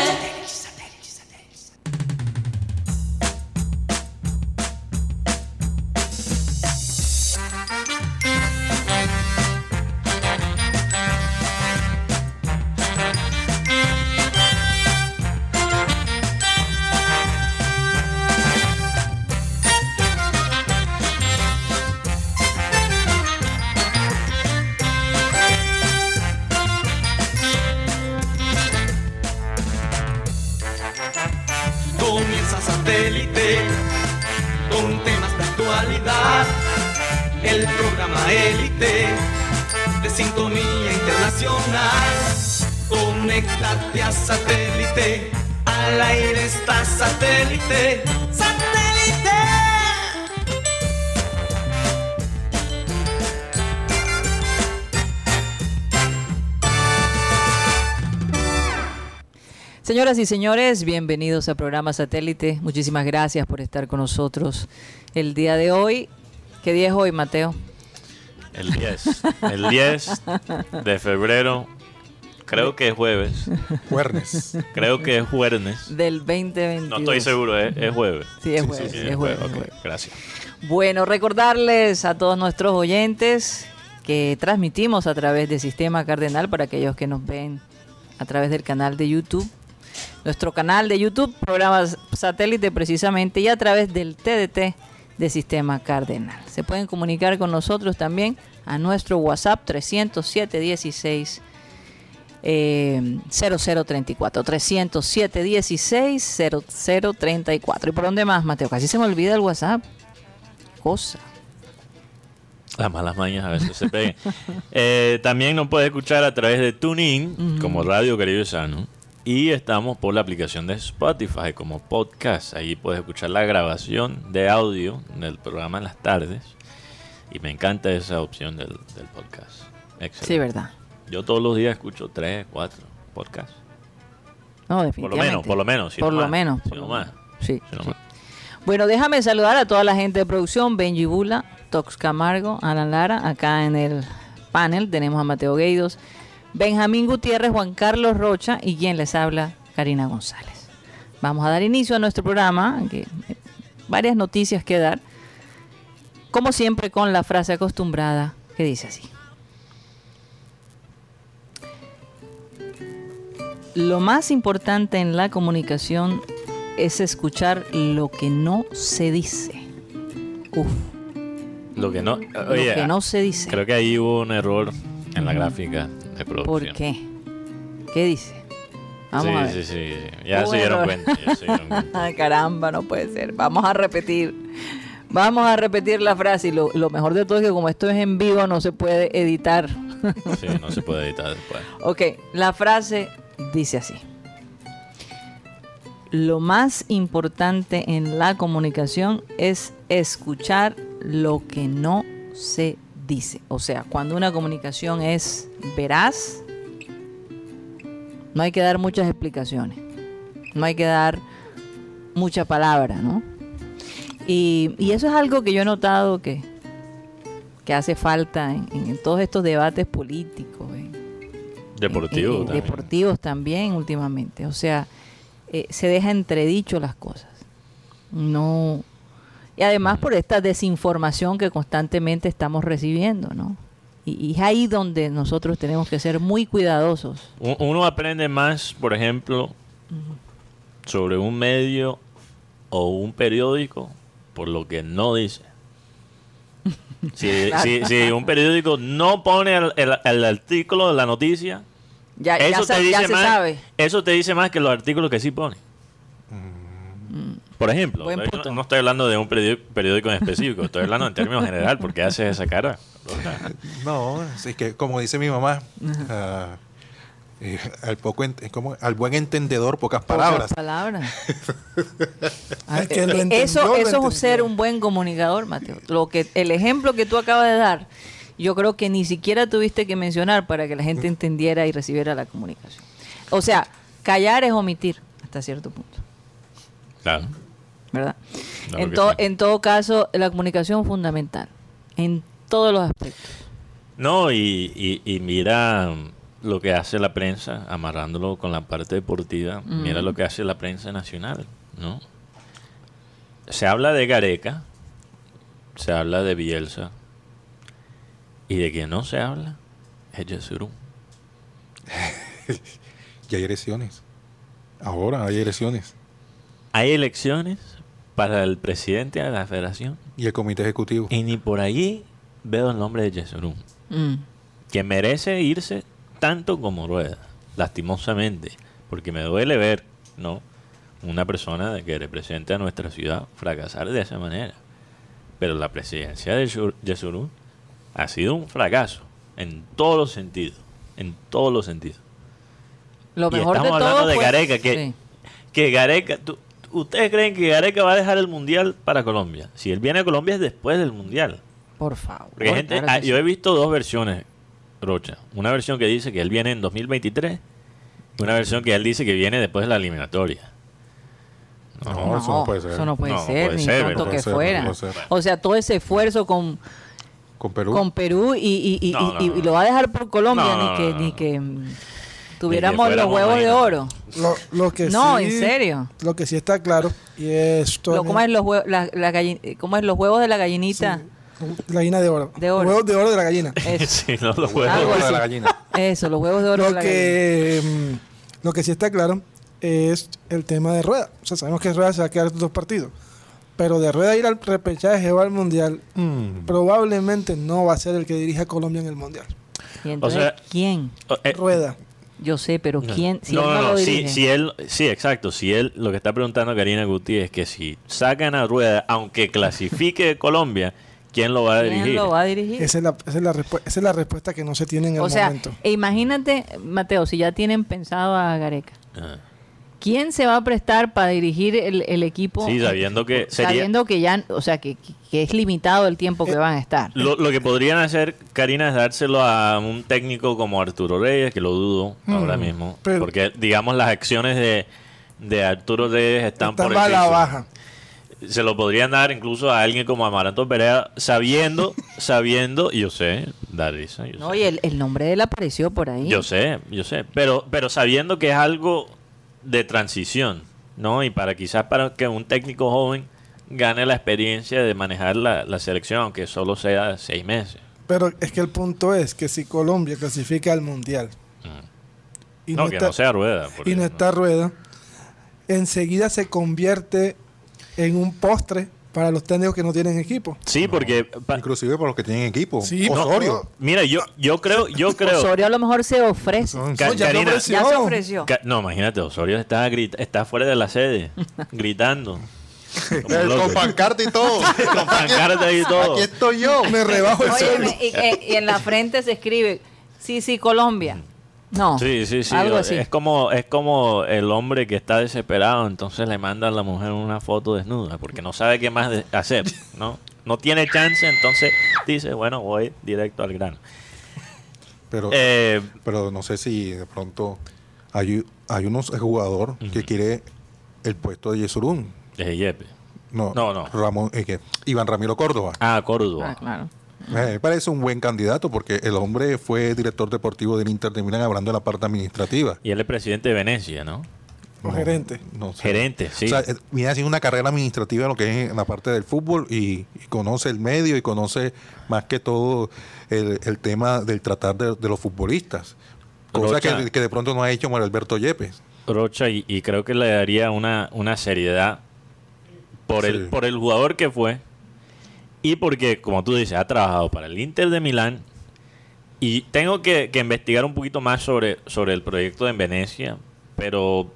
satélite. Comienza satélite con temas de actualidad. El programa élite de sintonía internacional. Conéctate a satélite. Al aire está satélite. ¡Satélite! Señoras y señores, bienvenidos a programa Satélite. Muchísimas gracias por estar con nosotros el día de hoy. ¿Qué día es hoy, Mateo? El 10. El 10 de febrero. Creo que es jueves. Cuernes. Creo que es jueves. Del 2022. No estoy seguro, es, es jueves. Sí, es jueves, es jueves, ok, es jueves. Gracias. Bueno, recordarles a todos nuestros oyentes que transmitimos a través de Sistema Cardenal para aquellos que nos ven a través del canal de YouTube. Nuestro canal de YouTube, programa satélite precisamente, y a través del TDT de Sistema Cardenal. Se pueden comunicar con nosotros también a nuestro WhatsApp 307 16 eh, 0034 307 16 0034 y por dónde más Mateo casi se me olvida el WhatsApp cosa Las malas mañas a veces se pegan. Eh, también nos puedes escuchar a través de TuneIn, como Radio Caribe Sano. Y estamos por la aplicación de Spotify como podcast. Ahí puedes escuchar la grabación de audio del programa en las tardes. Y me encanta esa opción del, del podcast. Excelente. sí verdad Yo todos los días escucho tres, cuatro podcasts. no Por lo menos, definitivamente por lo menos. si por no lo más, menos si por no lo más, menos. sí, si no sí. más. Bueno, déjame saludar a toda la gente de producción, Benji Bula, Tox Camargo, Alan Lara, acá en el panel tenemos a Mateo Gueidos, Benjamín Gutiérrez, Juan Carlos Rocha y quien les habla, Karina González. Vamos a dar inicio a nuestro programa, que eh, varias noticias que dar, como siempre con la frase acostumbrada que dice así. Lo más importante en la comunicación es escuchar lo que no se dice. Uf, Lo que no. lo oye, que no se dice. Creo que ahí hubo un error en la gráfica de producción. ¿Por qué? ¿Qué dice? Vamos sí, a ver. sí, sí, sí. Ya Hubo se dieron error. cuenta. ya se dieron cuenta. Ah, Caramba, no puede ser. Vamos a repetir. Vamos a repetir la frase. Y lo, lo mejor de todo es que como esto es en vivo, no se puede editar. Sí, no se puede editar después. Ok, la frase dice así. Lo más importante en la comunicación es escuchar lo que no se dice. O sea, cuando una comunicación es veraz, no hay que dar muchas explicaciones. No hay que dar mucha palabra, ¿no? Y, y eso es algo que yo he notado que, que hace falta en, en todos estos debates políticos, en- Deportivo eh, eh, también. deportivos también últimamente. O sea, eh, se deja entredicho las cosas. No. Y además por esta desinformación que constantemente estamos recibiendo, ¿no? Y, y es ahí donde nosotros tenemos que ser muy cuidadosos. U- Uno aprende más, por ejemplo, sobre un medio o un periódico por lo que no dice. Si, si- si un periódico no pone el, el- el artículo de la noticia, Ya, ya eso sa- te ya dice se más, sabe. Eso te dice más que los artículos que sí pone. Por ejemplo, Mm. Buen yo punto. no, no estoy hablando de un periódico, periódico en específico, estoy hablando en términos general, porque haces esa cara. No, es que como dice mi mamá, ah, eh, al, poco ent- como al buen entendedor, pocas palabras. Pocas palabras. Ay, que lo Eh, entendió, eso lo eso entendió. es ser un buen comunicador, Mateo. Lo que el ejemplo que tú acabas de dar, yo creo que ni siquiera tuviste que mencionar para que la gente entendiera y recibiera la comunicación. O sea, callar es omitir hasta cierto punto, Claro. ¿verdad? Claro En, que to- sí. en todo caso, la comunicación es fundamental en todos los aspectos. No, y, y- y mira, lo que hace la prensa, amarrándolo con la parte deportiva, mira Mm. lo que hace la prensa nacional, ¿no? Se habla de Gareca, se habla de Bielsa, y de quien no se habla es Yesurú. Y hay elecciones. Ahora hay elecciones. Hay elecciones para el presidente de la federación Y el comité ejecutivo. y ni por allí veo el nombre de Yesurú, Mm. que merece irse tanto como Rueda, lastimosamente, porque me duele ver, ¿no? Una persona de que representa a nuestra ciudad fracasar de esa manera. Pero la presidencia de Yesur- Yesurú ha sido un fracaso en todos los sentidos, en todos los sentidos. Lo Y mejor estamos de hablando todo de fue- Gareca, que- Sí. que Gareca, tú- ¿ustedes creen que Gareca va a dejar el mundial para Colombia? Si él viene a Colombia es después del mundial. Por favor. Porque gente, claro que ah, sí. yo he visto dos versiones, Rocha. Una versión que dice que él viene en 2023 y una versión que él dice que viene después de la eliminatoria. No, eso no puede ser. Eso no puede No, ser, puede ni ser, tanto no puede que ser, no fuera. puede ser. O sea, todo ese esfuerzo con, Con Perú. con Perú y, y- y- No, no, y- no, y lo va a dejar por Colombia, No, ni, no, que, no, ni no. que mm, tuviéramos los fuéramos huevos de vaina. oro. Lo, lo que No, sí- en serio. Lo que sí está claro y es Lo, Tony, ¿cómo, es los huevos, la, la gallin- eh, ¿Cómo es los huevos de la gallinita? la gallina de oro. De oro. Los huevos de oro de la gallina. Eso, Sí, no lo puedo. Algo Huevo de así. la gallina. eso, los huevos de oro de Lo la gallina. que, mm, lo que sí está claro es el tema de Rueda. O sea, sabemos que Rueda se va a quedar estos dos partidos. Pero de Rueda ir al repechaje o al Mundial, Mm. probablemente no va a ser el que dirija a Colombia en el Mundial. Y entonces, sea- ¿quién? Oh, eh, Rueda. Yo sé, pero ¿quién? Si no, él no, no, lo no, dirige. si, si él, sí, exacto. Si él, lo que está preguntando Karina Guti es que si sacan a Rueda, aunque clasifique de Colombia, ¿quién lo va a dirigir? ¿Quién lo va a dirigir? Esa es la, esa es la, respu- esa es la respuesta que no se tiene en el o sea, momento. e imagínate, Mateo, si ya tienen pensado a Gareca, Ah. ¿quién se va a prestar para dirigir el, el equipo? Sí, sabiendo que sería- Eh, Sabiendo que ya, o sea, que, que- que es limitado el tiempo que van a estar. Lo, lo que podrían hacer, Karina, es dárselo a un técnico como Arturo Reyes, que lo dudo ahora mismo. Mm. pero- porque, digamos, las acciones de, de Arturo Reyes están Está por el mala piso. baja. Se lo podrían dar incluso a alguien como Amaranto Perea, sabiendo, sabiendo, y yo sé, da risa, yo, No, sé, y el, el nombre de él apareció por ahí. yo sé, yo sé, pero, pero sabiendo que es algo de transición, ¿no? Y para quizás para que un técnico joven gane la experiencia de manejar la, la selección, aunque solo sea seis meses. Pero es que el punto es que si Colombia clasifica al Mundial y Mm. no, no, que está, no sea rueda. y porque no no- está Rueda, enseguida se convierte en un postre para los técnicos que no tienen equipo. Sí, porque pa- Inclusive por los que tienen equipo. Sí, no, Osorio. mira, yo yo creo, yo creo. Osorio a lo mejor se ofrece. Son- Ca- No, ya no Karina, ofreció. Ya se ofreció. Ca- no, imagínate, Osorio está grita- está fuera de la sede, gritando. Como Eh, loco. Con pancarta y todo. Con pancarta y todo. Aquí estoy yo. Me rebajo el sueldo. Óyeme, y, eh, y en la frente se escribe, sí, sí, Colombia. No, Mm. Sí, sí, sí. algo o- así. Es como es como el hombre que está desesperado, entonces le manda a la mujer una foto desnuda porque no sabe qué más de- hacer, ¿no? No tiene chance, entonces dice, bueno, voy directo al grano. Pero, Eh, pero no sé si de pronto hay, hay unos jugador que quiere el puesto de Yesurún. eh, Yepe. No, No, no. Ramón, eh, que- Iván Ramiro Córdoba. Eh, Ah, Córdoba. Ah, claro. Me parece un buen candidato porque el hombre fue director deportivo del Inter de Milán hablando de la parte administrativa. Y él es presidente de Venecia, ¿no? O gerente. No sé. Gerente, sí. O sea, eh, mira, tiene una carrera administrativa en lo que es en la parte del fútbol y, y conoce el medio y conoce más que todo el, el tema del tratar de, de los futbolistas. Cosa Rocha. que, que de pronto no ha hecho Manuel Alberto Yepes. Rocha y, y creo que le daría una, una seriedad por el, Sí. por el jugador que fue y porque, como tú dices, ha trabajado para el Inter de Milán y tengo que, que investigar un poquito más sobre, sobre el proyecto en Venecia, pero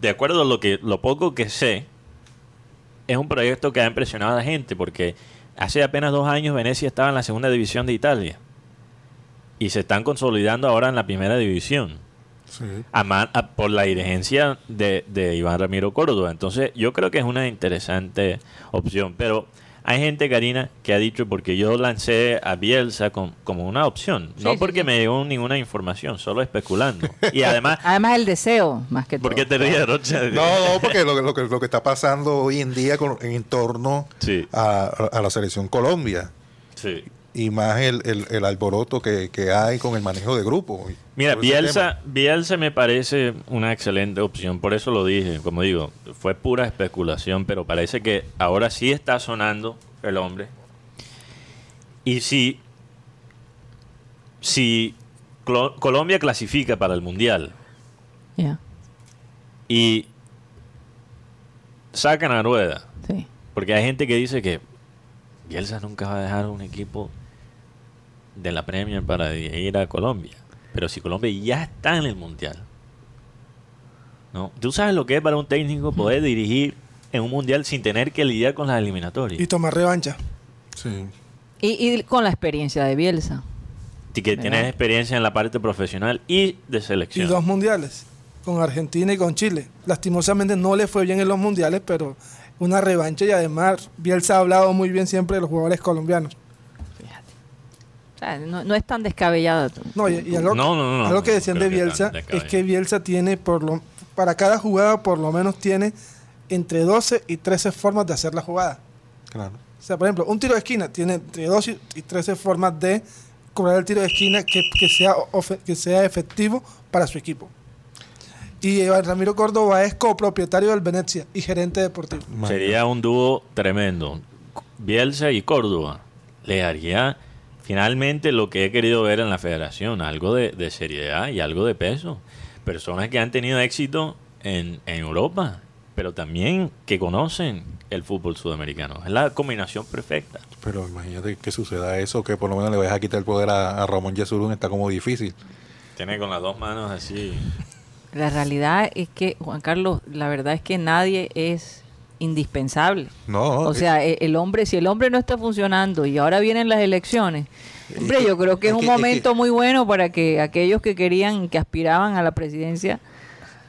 de acuerdo a lo, que, lo poco que sé, es un proyecto que ha impresionado a la gente porque hace apenas dos años Venecia estaba en la segunda división de Italia y se están consolidando ahora en la primera división a ma- a- por la dirigencia de, de Iván Ramiro Córdoba. Entonces, yo creo que es una interesante opción. Pero hay gente, Karina, que ha dicho, porque yo lancé a Bielsa con- como una opción. Sí, no sí, porque sí. me llegó ninguna información, solo especulando. Y además, Además el deseo, más que todo. ¿por qué te ríes, Rocha? No, no, porque lo, que- lo que, lo que está pasando hoy en día con- en torno Sí. a, a la selección Colombia. Sí. y más el, el- el alboroto que, que hay con el manejo de grupo. Mira, Todo ese Bielsa, Bielsa me parece una excelente opción, por eso lo dije. Como digo, fue pura especulación, pero parece que ahora sí está sonando el hombre. Y si, si Clo- Colombia clasifica para el Mundial Ya, y sacan a Rueda, sí. porque hay gente que dice que Bielsa nunca va a dejar un equipo de la Premier para ir a Colombia. Pero si Colombia ya está en el Mundial. ¿no? Tú sabes lo que es para un técnico poder dirigir en un Mundial sin tener que lidiar con las Y eliminatorias. tomar revancha. Sí. Y, y con la experiencia de Bielsa. Y que tienes ¿Verdad? experiencia en la parte profesional y de Y dos selección. mundiales. Con Argentina y con Chile. Lastimosamente no le fue bien en los mundiales, pero una revancha y además Bielsa ha hablado muy bien siempre de los jugadores colombianos. Fíjate. O sea, no, no es tan descabellado. No, y, y algo, No, no, no, algo que no decían creo de que tan Bielsa es descabellado. que Bielsa tiene, por lo, para cada jugada, por lo menos tiene entre 12 y 13 formas de hacer la jugada. Claro. O sea, por ejemplo, un tiro de esquina tiene entre 12 y 13 formas de cobrar el tiro de esquina que, que sea, ofe- que sea efectivo para su equipo. Y Iván Ramiro Córdoba es copropietario del Venecia y gerente deportivo. Sería un dúo tremendo. Bielsa y Córdoba. Le haría finalmente lo que he querido ver en la federación, algo de, de seriedad y algo de peso. Personas que han tenido éxito en, en Europa, pero también que conocen el fútbol sudamericano. Es la combinación perfecta. Pero imagínate que suceda eso, que por lo menos le vayas a quitar el poder a, a Ramón Yesurún, está como difícil. Tiene con las dos manos así. La realidad es que, Juan Carlos, la verdad es que nadie es indispensable. No, O eh, sea, e- el hombre, si el hombre no está funcionando y ahora vienen las elecciones, hombre, yo creo que es es un que- es momento que- muy bueno para que aquellos que querían, que aspiraban a la presidencia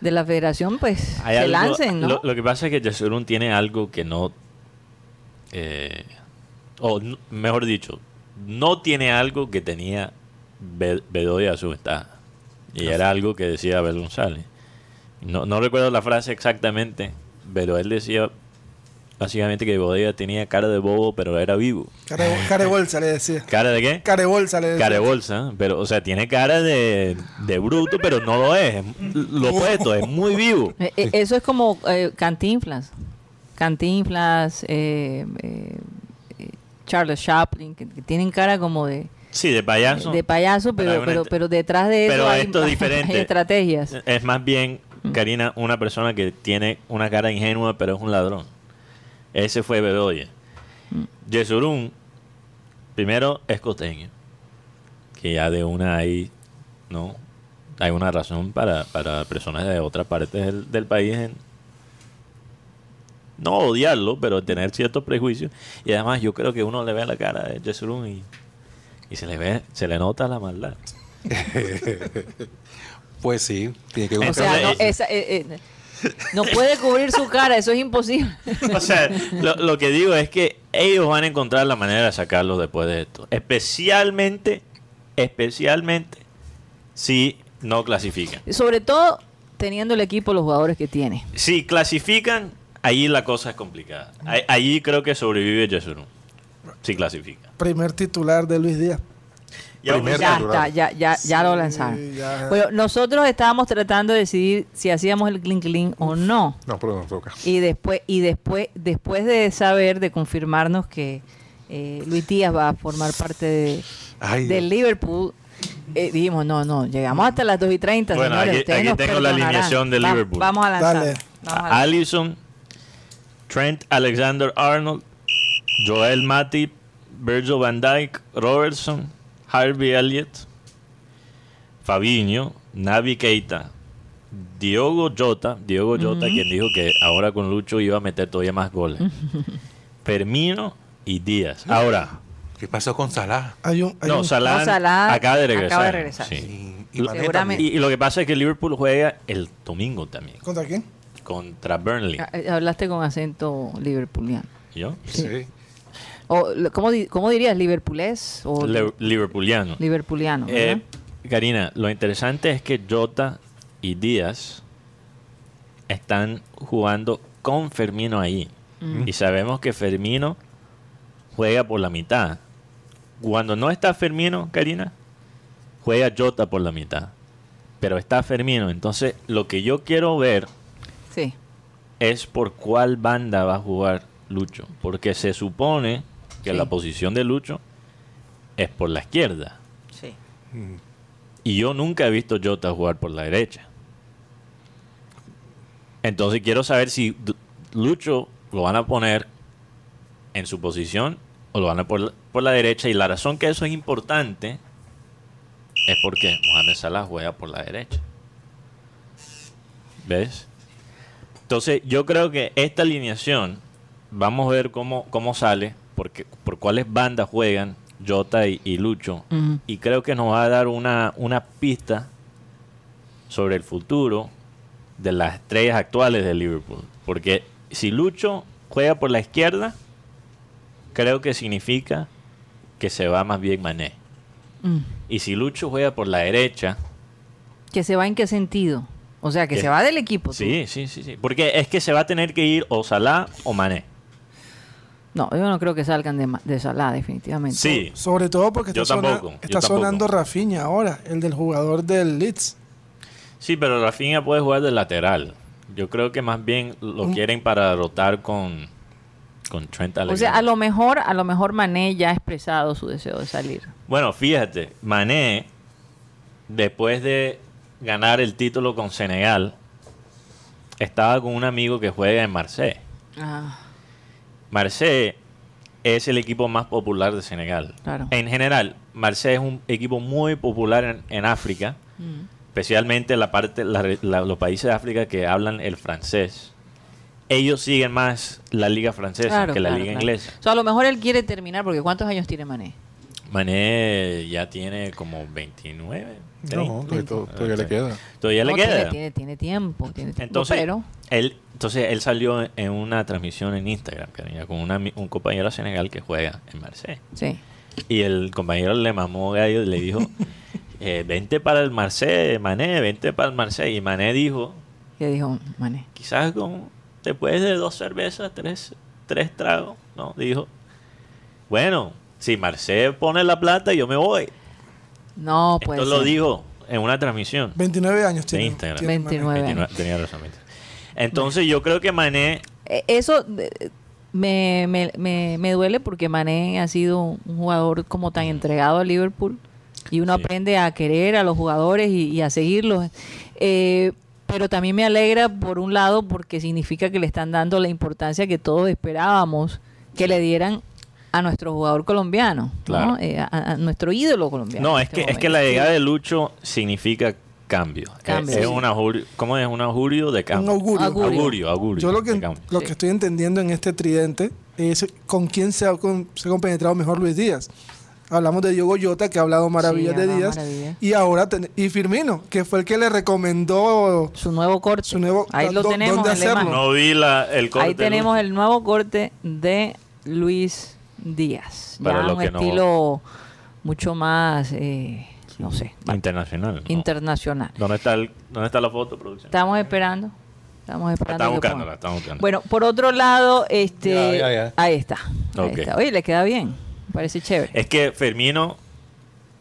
de la federación, pues Hay se algo- lancen, ¿no? Lo, lo que pasa es que Yesurún tiene algo que no. eh, o n- mejor dicho, no tiene algo que tenía Be- Bedoya a su ventaja. Y era algo que decía Abel González. No, no recuerdo la frase exactamente, pero él decía básicamente que Bedoya tenía cara de bobo, pero era vivo. Care, Eh, carebolsa le decía. ¿Cara de qué? Carebolsa le decía. Cara de bolsa, pero, o sea, tiene cara de, de bruto, pero no lo es. es Lo opuesto, es muy vivo. Eh, eh, Eso es como eh, Cantinflas. Cantinflas, eh, eh, eh, Charles Chaplin, que, que tienen cara como de, Sí, de payaso. de payaso, Hay pero, una pero, ent- pero detrás de eso Pero hay, esto es hay diferente. Eh, estrategias. Es más bien, Karina, una persona que tiene una cara ingenua, pero es un ladrón. Ese fue Bedoya. Yesurún, primero, es costeño. Que ya de una ahí, ¿no? Hay una razón para, para personas de otras partes del, del país en- no odiarlo, pero tener ciertos prejuicios. Y además yo creo que uno le ve la cara de Yesurún y, y se le ve, se le nota la maldad. Pues sí, tiene que O O buscar. sea, no, Entonces, eh, esa- eh, eh, no puede cubrir su cara, eso es imposible. O sea, lo, lo que digo es que ellos van a encontrar la manera de sacarlos después de esto. Especialmente, especialmente si no clasifican. Sobre todo teniendo el equipo, los jugadores que tiene. Si clasifican, ahí la cosa es complicada. Ahí- Allí creo que sobrevive Yesurún. Si clasifica. Primer titular de Luis Díaz. Y aún Primer así- Ya natural. está, ya, ya, ya lo Sí, lanzaron. ya. Bueno, nosotros estábamos tratando de decidir si hacíamos el clink clink o no. No, pero no toca. Y después, y después, después de saber, de confirmarnos que eh, Luis Díaz va a formar parte de, Ay, del Liverpool, eh, dijimos, no, no, llegamos hasta las 2 y 30. Bueno, señores, aquí- ustedes aquí nos tengo la perdonarán. alineación del Va- Liverpool. Vamos a lanzar. Dale. Vamos a lanzar. Allison, Trent Alexander Arnold, Joel Matip, Virgil van Dijk, Robertson, Harvey Elliott, Fabinho, Navi Keita, Diogo Jota, Diogo Jota, quien dijo que ahora con Lucho iba a meter todavía más goles. Firmino y Díaz. Ahora, ¿Qué pasó con Salah? Hay un, hay no, un- Salah, No, Salah acaba de acaba de regresar. regresar. sí. Y, y Lo- Mané Seguramente. también. Y, y lo que pasa es que Liverpool juega el domingo también ¿Contra quién? contra Burnley. Ah, eh, Hablaste con acento liverpuliano. ¿Yo? Sí. O, lo- ¿cómo, di- cómo dirías? ¿Liverpulés o Le- Liverpooliano. liverpuliano? Eh, ¿verdad? Karina, lo interesante es que Jota y Díaz están jugando con Fermino ahí. Y sabemos que Fermino juega por la mitad. Cuando no está Fermino, Karina, juega Jota por la mitad. Pero está Fermino. Entonces, lo que yo quiero ver Sí. es por cuál banda va a jugar Lucho. Porque se supone que Sí. la posición de Lucho es por la izquierda. Sí. Y yo nunca he visto Jota jugar por la derecha. Entonces quiero saber si D- Lucho lo van a poner en su posición o lo van a poner por la derecha. Y la razón que eso es importante es porque Mohamed Salah juega por la derecha. ¿Ves? Entonces yo creo que esta alineación, vamos a ver cómo, cómo sale, porque, por cuáles bandas juegan Jota y, y Lucho Ujú. y creo que nos va a dar una, una pista sobre el futuro de las estrellas actuales de Liverpool. Porque si Lucho juega por la izquierda, creo que significa que se va más bien Mané. Mm. Y si Lucho juega por la derecha, ¿Que se va en qué sentido? O sea, que ¿Qué? se va del equipo. tú. sí, sí, sí, sí. Porque es que se va a tener que ir o Salah o Mané. No, yo no creo que salgan de, Ma- de Salah, definitivamente. Sí, Sobre todo porque Yo está, sona- tampoco, yo está tampoco. sonando Rafinha ahora, el del jugador del Leeds. sí, pero Rafinha puede jugar de lateral. Yo creo que más bien lo Mm. quieren para rotar con, con Trent O Alexander. sea, a lo mejor, a lo mejor Mané ya ha expresado su deseo de salir. Bueno, fíjate, Mané, después de ganar el título con Senegal, estaba con un amigo que juega en Marseille. Ah, Marseille es el equipo más popular de Senegal. Claro. En general, Marseille es un equipo muy popular en, en África, especialmente la parte, la re- la- los países de África que hablan el francés. Ellos siguen más la liga francesa que la liga inglesa. O sea, a lo mejor él quiere terminar, porque ¿cuántos años tiene Mané? Mané ya tiene como 29. No, 30. todavía, Ah, todavía le queda. Todavía No, le queda. Tiene, tiene, tiene tiempo, tiene tiempo. Entonces, pero, él, entonces él salió en una transmisión en Instagram, cariño, con una ami- un compañero de Senegal que juega en Marseille. sí. Y el compañero le mamó gallo y le dijo, eh, vente para el Marseille, Mané, vente para el Marseille. Y Mané dijo, ¿Qué dijo Mané? quizás con, después de dos cervezas, tres, tres tragos, ¿no? Dijo, bueno, si Marseille pone la plata, yo me voy. No, pues. Esto lo dijo en una transmisión. 29 años tiene. Instagram. tiene Mané. 29. 29, tenía razón. 29. Entonces yo creo que Mané Eh, Eso eh, me, me, me, me duele porque Mané ha sido un jugador como tan entregado a Liverpool y uno Sí. aprende a querer a los jugadores y, y a seguirlos. Eh, pero también me alegra por un lado porque significa que le están dando la importancia que todos esperábamos que le dieran a nuestro jugador colombiano, ¿no? Claro. Eh, a, a nuestro ídolo colombiano. No, en es este que, es momento. que la llegada de Lucho significa cambio. Cambio. Es, es Sí. un augurio, ¿Cómo es? Un augurio de Un cambio. augurio. Augurio. Augurio, augurio Yo lo que, de cambio. lo Sí. que estoy entendiendo en este tridente es con quién se ha, con- se ha compenetrado mejor Luis Díaz. Hablamos de Diogo Jota, que ha hablado maravillas Sí, de hablaba Díaz. maravillas. Y ahora ten- y Firmino, que fue el que le recomendó Su nuevo corte. Su nuevo- Ahí lo ¿dó- tenemos. dónde en la imagen. hacerlo? No vi la, el corte. Ahí tenemos Lucho. el nuevo corte de Luis Díaz. Para ya lo un que no- estilo mucho más, eh, no sé, va- Ah. Internacional. ¿no? internacional. ¿Dónde, está el- ¿Dónde está la foto, producción? Estamos esperando. Estamos La esperando. están que buscando, ponga. la están buscando. Bueno, por otro lado, este, Ya, ya, ya. ahí está. ahí Ok. está. Oye, le queda bien. Me Parece chévere. Es que Fermino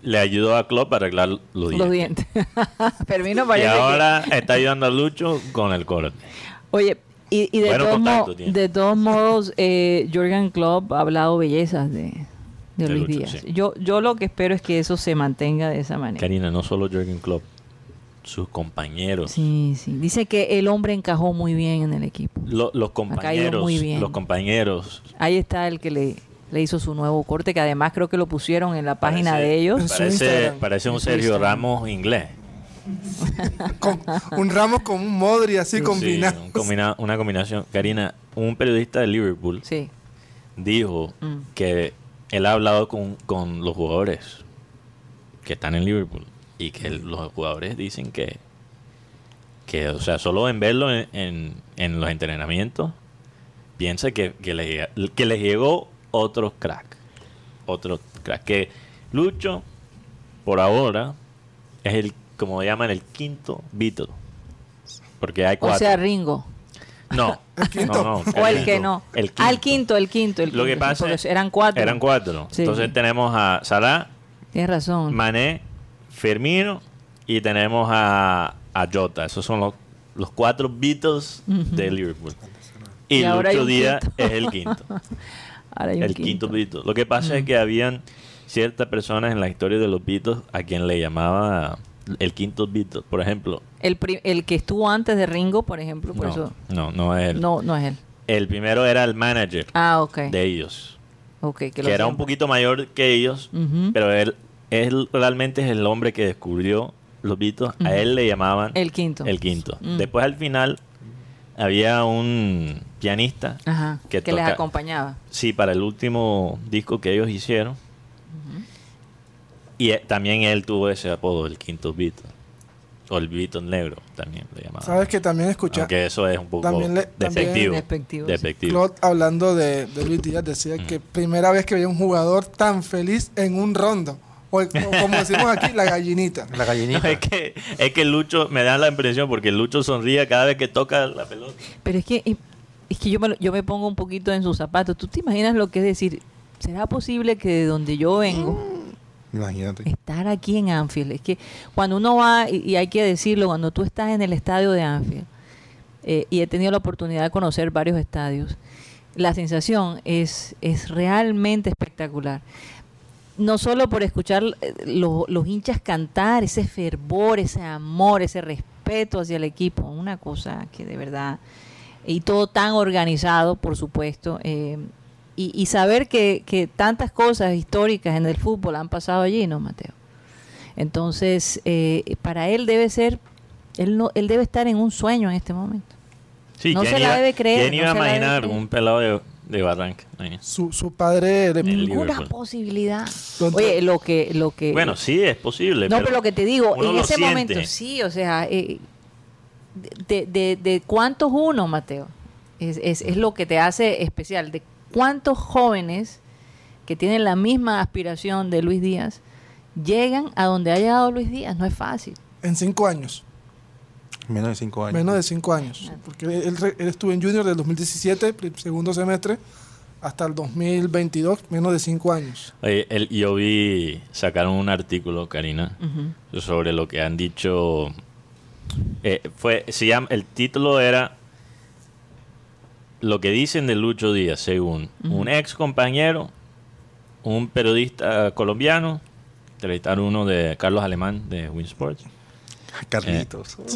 le ayudó a Klopp a arreglar los dientes. Los dientes. Fermino Y parece que- ahora está ayudando a Lucho con el corte. Oye, y, y de, Bueno, todos contacto mo- tiene. de todos modos, eh, Jürgen Klopp ha hablado bellezas de, de De Luis Lucho, Díaz. sí. Yo, yo lo que espero es que eso se mantenga de esa manera. Karina, no solo Jürgen Klopp, sus compañeros. Sí, sí. Dice que el hombre encajó muy bien en el equipo. Lo- los compañeros, muy bien. los compañeros. Ahí está el que le, le hizo su nuevo corte, que además creo que lo pusieron en la página Parece- de ellos. su Parece, Instagram. parece un En su Sergio Instagram. Ramos inglés. con un Ramos con un Modri así Sí. combinado. Sí, un combina- una combinación. Karina, un periodista de Liverpool Sí. dijo Mm. que él ha hablado con, con los jugadores que están en Liverpool y que Mm. el- los jugadores dicen que, que o sea, solo en verlo en, en- en los entrenamientos, piensa que, que, les, llega- que les llegó otro crack. Otro crack. Que Lucho, por ahora, es el, como llaman, el quinto Beatle. Porque hay O cuatro. sea, Ringo. No, El quinto. No, no, O el que no. El quinto. Al quinto, el quinto. El Lo que quinto, pasa porque es- eran cuatro. Eran cuatro. Sí. Entonces tenemos a Salah, Tienes razón. Mané, Firmino y tenemos a, a Jota. Esos son los, los cuatro Beatles de Liverpool. Y, Y el ahora hay otro un día quinto. es el quinto. Ahora hay un Mm. el quinto Beatles. Lo que pasa es que habían ciertas personas en la historia de los Beatles a quien le llamaba el quinto Beatles. Por ejemplo, El, pri- el que estuvo antes de Ringo, por ejemplo, por no, eso. no, no es él. No, no es él. El primero era el manager Ah, ok. de ellos. Ok, que, que, lo era hacían. un poquito mayor que ellos, Ujú. pero él, él realmente es el hombre que descubrió los Beatles. A él le llamaban El quinto. el quinto. Mm. Después al final había un pianista, Ajá, que, que les toca- acompañaba. sí, para el último disco que ellos hicieron. Y eh, también él tuvo ese apodo, el quinto Beatle. O el Beatle negro también le llamaban. Sabes que también escuché. Aunque eso es un poco También le- también- despectivo. Despectivo, sí. Despectivo. Claude, hablando de, de Luis Díaz, decía Mm. que primera vez que veía un jugador tan feliz en un rondo. O, o como decimos aquí, la gallinita. La gallinita. No, es que, es que Lucho me da la impresión porque Lucho sonríe cada vez que toca la pelota. Pero es que, eh, es que yo, me, lo- yo me pongo un poquito en sus zapatos. ¿Tú te imaginas lo que es decir? ¿Será posible que de donde yo Mm. vengo, Imagínate. estar aquí en Anfield? Es que cuando uno va, y, y hay que decirlo, cuando tú estás en el estadio de Anfield, eh, y he tenido la oportunidad de conocer varios estadios, la sensación es, es realmente espectacular. No solo por escuchar eh, lo- los hinchas cantar, ese fervor, ese amor, ese respeto hacia el equipo, una cosa que de verdad, y todo tan organizado, por supuesto, eh, y, y saber que, que tantas cosas históricas en el fútbol han pasado allí, ¿no, Mateo? Entonces, eh, para él debe ser, él, no, él debe estar en un sueño en este momento. Sí, No ¿quién se la iba- debe creer, ¿Quién no iba a se la debe imaginar creer. un pelado de, de Barranca? Ahí. Su, su padre le- El Ninguna Liverpool. posibilidad. Contra- Oye, lo que, lo que Bueno, sí, es posible. No, pero, lo que te digo, uno en lo ese siente. momento, sí, o sea, eh, de, de- de cuántos uno, Mateo, es, es- es lo que te hace especial, de cuántos jóvenes que tienen la misma aspiración de Luis Díaz llegan a donde ha llegado Luis Díaz, no es fácil. en cinco años. Menos de cinco años. Menos de cinco años. Porque él, re- él estuvo en Junior del 2017, pri- segundo semestre, hasta el 2022, menos de cinco años. Oye, el- yo vi, sacaron un artículo, Karina, sobre lo que han dicho. eh, fue, se llama, el título era Lo que dicen de Lucho Díaz, según un ex compañero, un periodista colombiano, entrevistaron uno de Carlos Alemán de Winsports. Carlitos.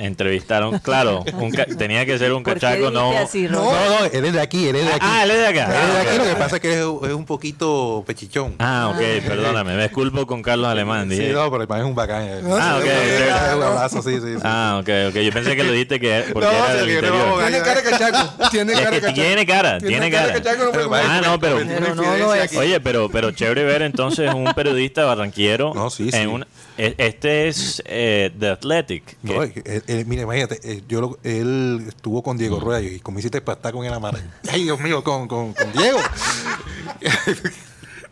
Entrevistaron, claro, un ca- tenía que ser un ¿Por qué cachaco, no. dijiste así, No, Roberto? no, él es de aquí, él es de aquí. Ah, él es de acá. Él es de Ah, aquí, ok. lo que pasa es que es, es un poquito pechichón. Ah, ok, perdóname, me disculpo con Carlos Alemán. sí, dije. no, pero el man es un bacán. eh. Ah, ok, Es ok. un abrazo, sí, sí, sí. Ah, ok, ok. Yo pensé que lo dijiste que era- porque No, era sí, del que no interior. vamos Tiene cara de cachaco. Tiene Es cara de que cachaco. tiene cara, tiene cara. de cachaco, no puede Pero, man, Ah, no, pero- cometí una Pero no lo infidencia es. aquí. Oye, pero, pero chévere ver entonces un periodista barranquiero. No, sí, sí. En un, e- este es eh, The Athletic. que- No, él- él- mira, imagínate, eh, yo lo- él estuvo con Mm. Diego Rueda y como hiciste para estar con él amar. Ay, Dios mío, con, con, con Diego.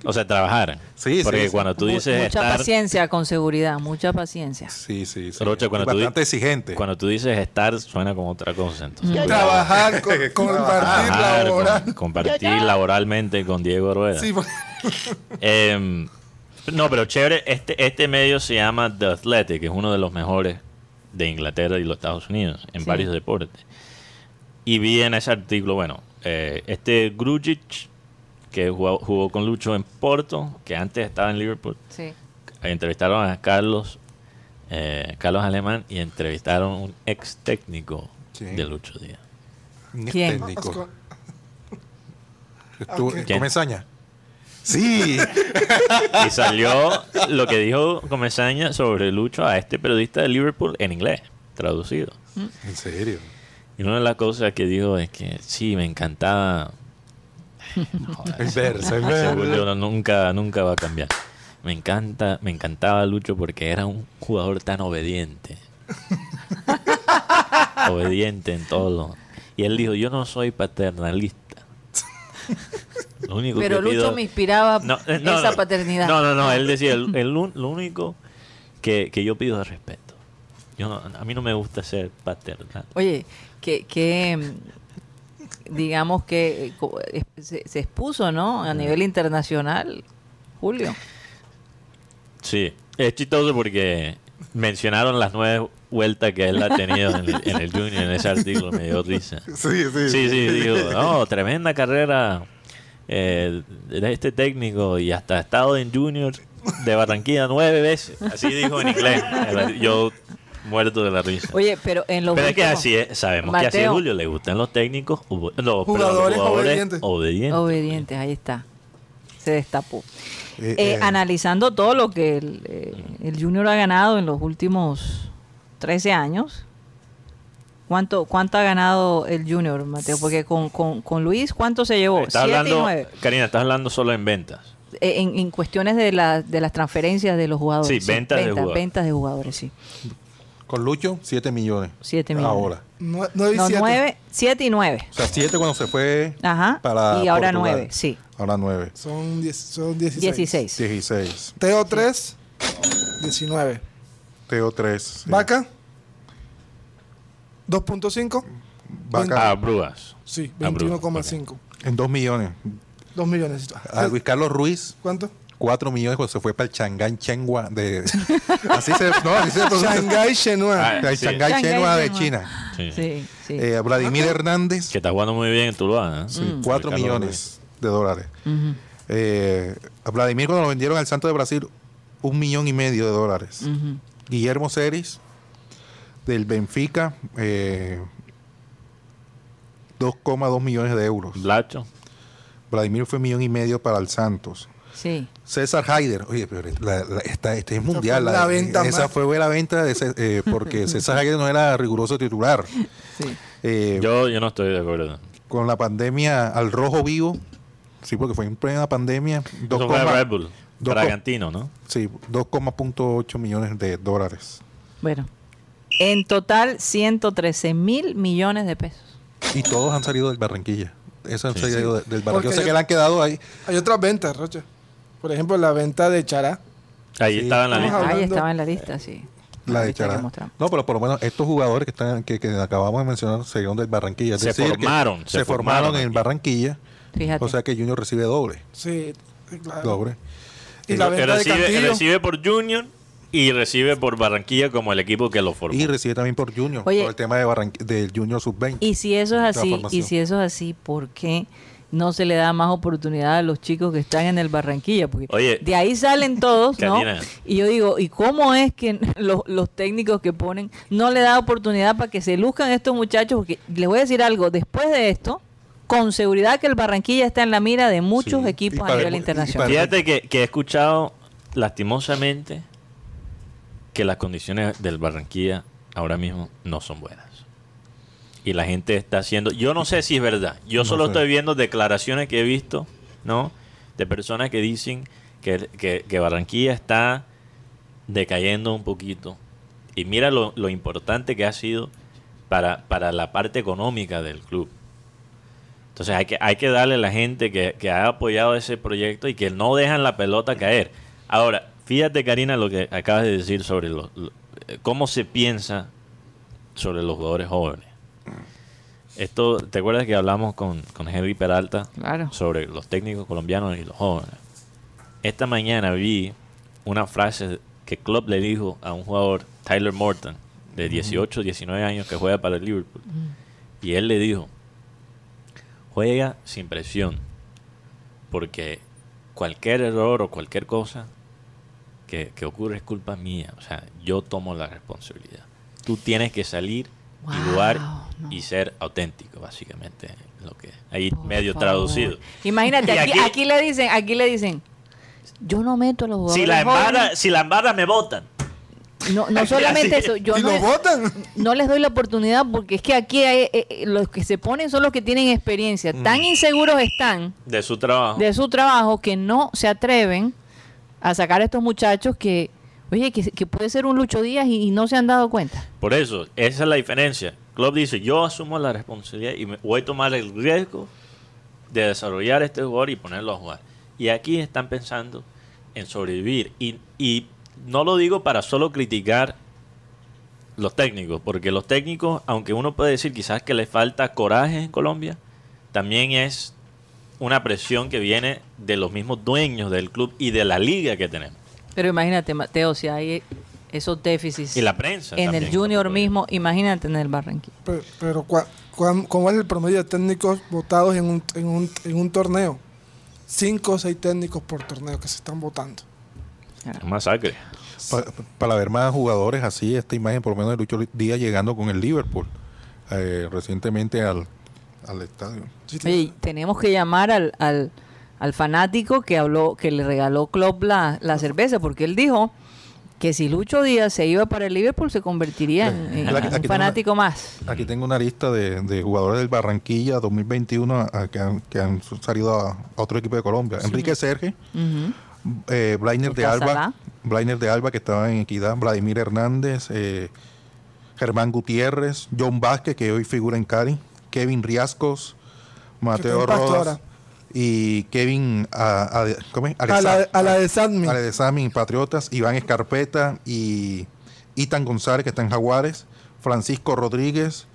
o sea, trabajar. Sí, sí, Porque sí. cuando tú Mu- dices mucha estar. paciencia, con seguridad, mucha paciencia. Sí, sí, sí. Rocha, cuando tú, di- bastante exigente. Cuando tú dices estar, suena como otra cosa. Entonces, cuidado. Trabajar, co- compartir, Trabajar, con- laborar. compartir laboralmente con Diego Rueda. Sí, porque- Em, no, pero chévere, este, este medio se llama The Athletic, que es uno de los mejores de Inglaterra y los Estados Unidos en Sí. varios deportes. Y vi en ese artículo, bueno, eh, este Grujic, que jugó, jugó con Lucho en Porto, que antes estaba en Liverpool, Sí. entrevistaron a Carlos, eh, Carlos Alemán, y entrevistaron a un ex técnico Sí. de Lucho Díaz. Ni ¿Quién? técnico. Estuvo- Ok. ¿Quién? Comesaña. Sí. Y salió lo que dijo Comesaña sobre Lucho a este periodista de Liverpool en inglés, traducido. en serio. Y una de las cosas que digo es que sí, me encantaba. No, joder, El verso, el ese verso. Julio no- nunca, nunca va a cambiar. Me encanta, me encantaba Lucho porque era un jugador tan obediente. obediente en todo lo- Y él dijo, yo no soy paternalista. Lo único Pero que Lucho pido- me inspiraba No, eh, no, esa no. paternidad. No, no, no. Él decía, el, el un- lo único que, que yo pido es respeto. Yo no- a mí no me gusta ser paternal. Oye, que, que, mm, digamos que eh, co- eh, se, se expuso, ¿no? A nivel internacional, Julio. Sí, es chistoso porque mencionaron las nueve vueltas que él ha tenido en el, en el Junior en ese artículo, me dio risa. Sí, sí. Sí, sí, digo, no, tremenda carrera eh, de este técnico y hasta ha estado en Junior de Barranquilla nueve veces. Así dijo en inglés. Yo muerto de la risa. Oye, pero en los Pero es que últimos- así es, sabemos que así es Mateo. Julio, le gustan los técnicos, ubo- no, perdón, los Jugadores jugadores, obedientes. obedientes. Obedientes, ahí está. Se destapó. Eh, Eh, eh. analizando todo lo que el, eh, el Junior ha ganado en los últimos 13 años, ¿cuánto, cuánto ha ganado el Junior, Mateo? Porque con, con- con Luis, ¿cuánto se llevó? Estás 7 y hablando, 9. Karina, estás hablando solo en ventas. Eh, En, en cuestiones de, la- de las transferencias de los jugadores. Sí, ventas de jugadores. ventas de jugadores, sí. Con Lucho, 7 millones. 7 millones. Ahora. Nue- nueve y No, siete. 9, 7 y 9. O sea, 7 cuando se fue Ajá. para y ahora Portugal. 9, sí. Ahora 9. Son, diez- son 16. 16. 16. Teo 3, 19. Teo 3. sí. Vaca, 2.5, Vaca. A Brujas. sí, Ah, bruto, 21,5. En 2 millones. 2 millones. Ah, A Luis Carlos Ruiz, ¿Cuánto? 4 millones cuando se fue para el Changán Chenghua de. así se. No, así se pronuncia. Shanghai Shenhua. Ah, El sí. Shanghai Shanghai Chenghua de Shenhua. China. Sí. Sí, sí. Eh, Vladimir Hernández, Que está jugando muy bien en Tuluá. ¿eh? Mm. 4 Ricardo millones de dólares. Ujú. Eh, a Vladimir cuando lo vendieron al Santo de Brasil, un millón y medio de dólares. Ujú. Guillermo Ceris, del Benfica, eh, 2,2 millones de euros. Blacho. Vladimir fue millón y medio para el Santos. Sí. César Haider, oye, pero la- la- esta, este es mundial. fue la- la venta esa más. fue la venta de Cé- eh, porque César Haider no era riguroso titular. Sí. Eh, Yo, yo no estoy de acuerdo. Con la pandemia al rojo vivo, sí, porque fue en plena pandemia, dos Eso fue coma- Red Bull. dos Bragantino, ¿no? sí, 2,8 millones de dólares. Bueno, en total 113 mil millones de pesos. Y todos han salido del Barranquilla. Eso han salido de- del Porque Barranquilla. Yo sé yo- que le han quedado ahí. Hay otras ventas, Rocha. Por ejemplo, la venta de Chará. Ahí Sí. estaba en la Vamos lista. a- Ahí hablando- estaba en la lista, sí. La de lista que Chará. mostramos. No, pero por lo menos estos jugadores que están que, que acabamos de mencionar salieron del Barranquilla. Es Se decir, que formaron, Se, se formaron, formaron en aquí. Barranquilla. Fíjate. O sea que Junior recibe doble. Sí, claro. Doble. Y la Que venta de recibe, Cantillo. recibe por Junior y recibe por Barranquilla como el equipo que lo formó. Y recibe también por Junior. Oye. por el tema de Barranqui- del Junior Sub-20. y si eso es la así, y formación. si eso es así, ¿por qué no se le da más oportunidad a los chicos que están en el Barranquilla? Porque Oye. de ahí salen todos, ¿no? Karina. Y yo digo, ¿y cómo es que los, los técnicos que ponen no le da oportunidad para que se luzcan estos muchachos? Porque les voy a decir algo, después de esto, con seguridad que el Barranquilla está en la mira de muchos Sí, y equipos a para- nivel y internacional. para- Fíjate que, que he escuchado lastimosamente que las condiciones del Barranquilla ahora mismo no son buenas. Y la gente está haciendo, yo no sé si es verdad, yo No solo sé. estoy viendo declaraciones que he visto, ¿no? De personas que dicen que, que- que Barranquilla está decayendo un poquito. Y mira lo, lo importante que ha sido para, para la parte económica del club. Entonces hay que, hay que darle a la gente que, que ha apoyado ese proyecto y que no dejan la pelota caer. Ahora, fíjate Karina lo que acabas de decir sobre lo- lo- eh, cómo se piensa sobre los jugadores jóvenes. Esto, ¿te acuerdas que hablamos con, con Henry Peralta Claro. sobre los técnicos colombianos y los jóvenes? Esta mañana vi una frase que Klopp le dijo a un jugador, Tyler Morton, de 18, 19 años que juega para el Liverpool. Y él le dijo, juega sin presión, porque cualquier error o cualquier cosa que, que ocurre es culpa mía. O sea, yo tomo la responsabilidad. Tú tienes que salir y Wow, jugar no. y ser auténtico, básicamente. Lo que, ahí Por medio favor. traducido. Imagínate, Y aquí, aquí- aquí le dicen, aquí le dicen, yo no meto a los jugadores. Si la jóvenes". embarra, si la embarra me votan. No, no solamente eso, yo ¿Y no, lo votan? no les doy la oportunidad porque es que aquí hay, eh, eh, los que se ponen son los que tienen experiencia. Mm. Tan inseguros están De su trabajo. de su trabajo que no se atreven a sacar a estos muchachos que, oye, que, que puede ser un Lucho Díaz y, y no se han dado cuenta. Por eso, esa es la diferencia. Klopp dice, yo asumo la responsabilidad y me- voy a tomar el riesgo de desarrollar este jugador y ponerlo a jugar. Y aquí están pensando en sobrevivir. Y, y no lo digo para solo criticar los técnicos, porque los técnicos, aunque uno puede decir quizás que les falta coraje en Colombia, también es una presión que viene de los mismos dueños del club y de la liga que tenemos. Pero imagínate, Mateo, si hay esos déficits Y la prensa. en el también, Junior ¿no? mismo, imagínate en el Barranquilla. Pero, pero ¿cuá- cuán- ¿cómo es el promedio de técnicos votados en un, en un, en un torneo? Cinco o seis técnicos por torneo que se están votando. Masacre. Pa- para ver más jugadores así, esta imagen por lo menos de Lucho Díaz llegando con el Liverpool eh, recientemente al, al estadio. Sí, Oye, y tenemos que llamar al, al, al fanático que habló, que le regaló Klopp la, la cerveza, porque él dijo que si Lucho Díaz se iba para el Liverpool se convertiría en, en Aquí- aquí un tengo fanático más. Aquí tengo una lista de, de jugadores del Barranquilla 2021 a- a- ah, que, han, que han salido a, a otro equipo de Colombia. Enrique Serge, Ujú. eh, Blainer de Lucas Alba, Alá. Blainer de Alba que estaba en Equidad, Vladimir Hernández, eh, Germán Gutiérrez, John Vázquez que hoy figura en Cali, Kevin Riascos, está Mateo en Pasto Rodas ahora. y Kevin a, a- ¿cómo es? A la, a la de Sadmi. Ale de Samin, Patriotas, Iván Escarpeta y Itan González, que está en Jaguares, Francisco Rodríguez,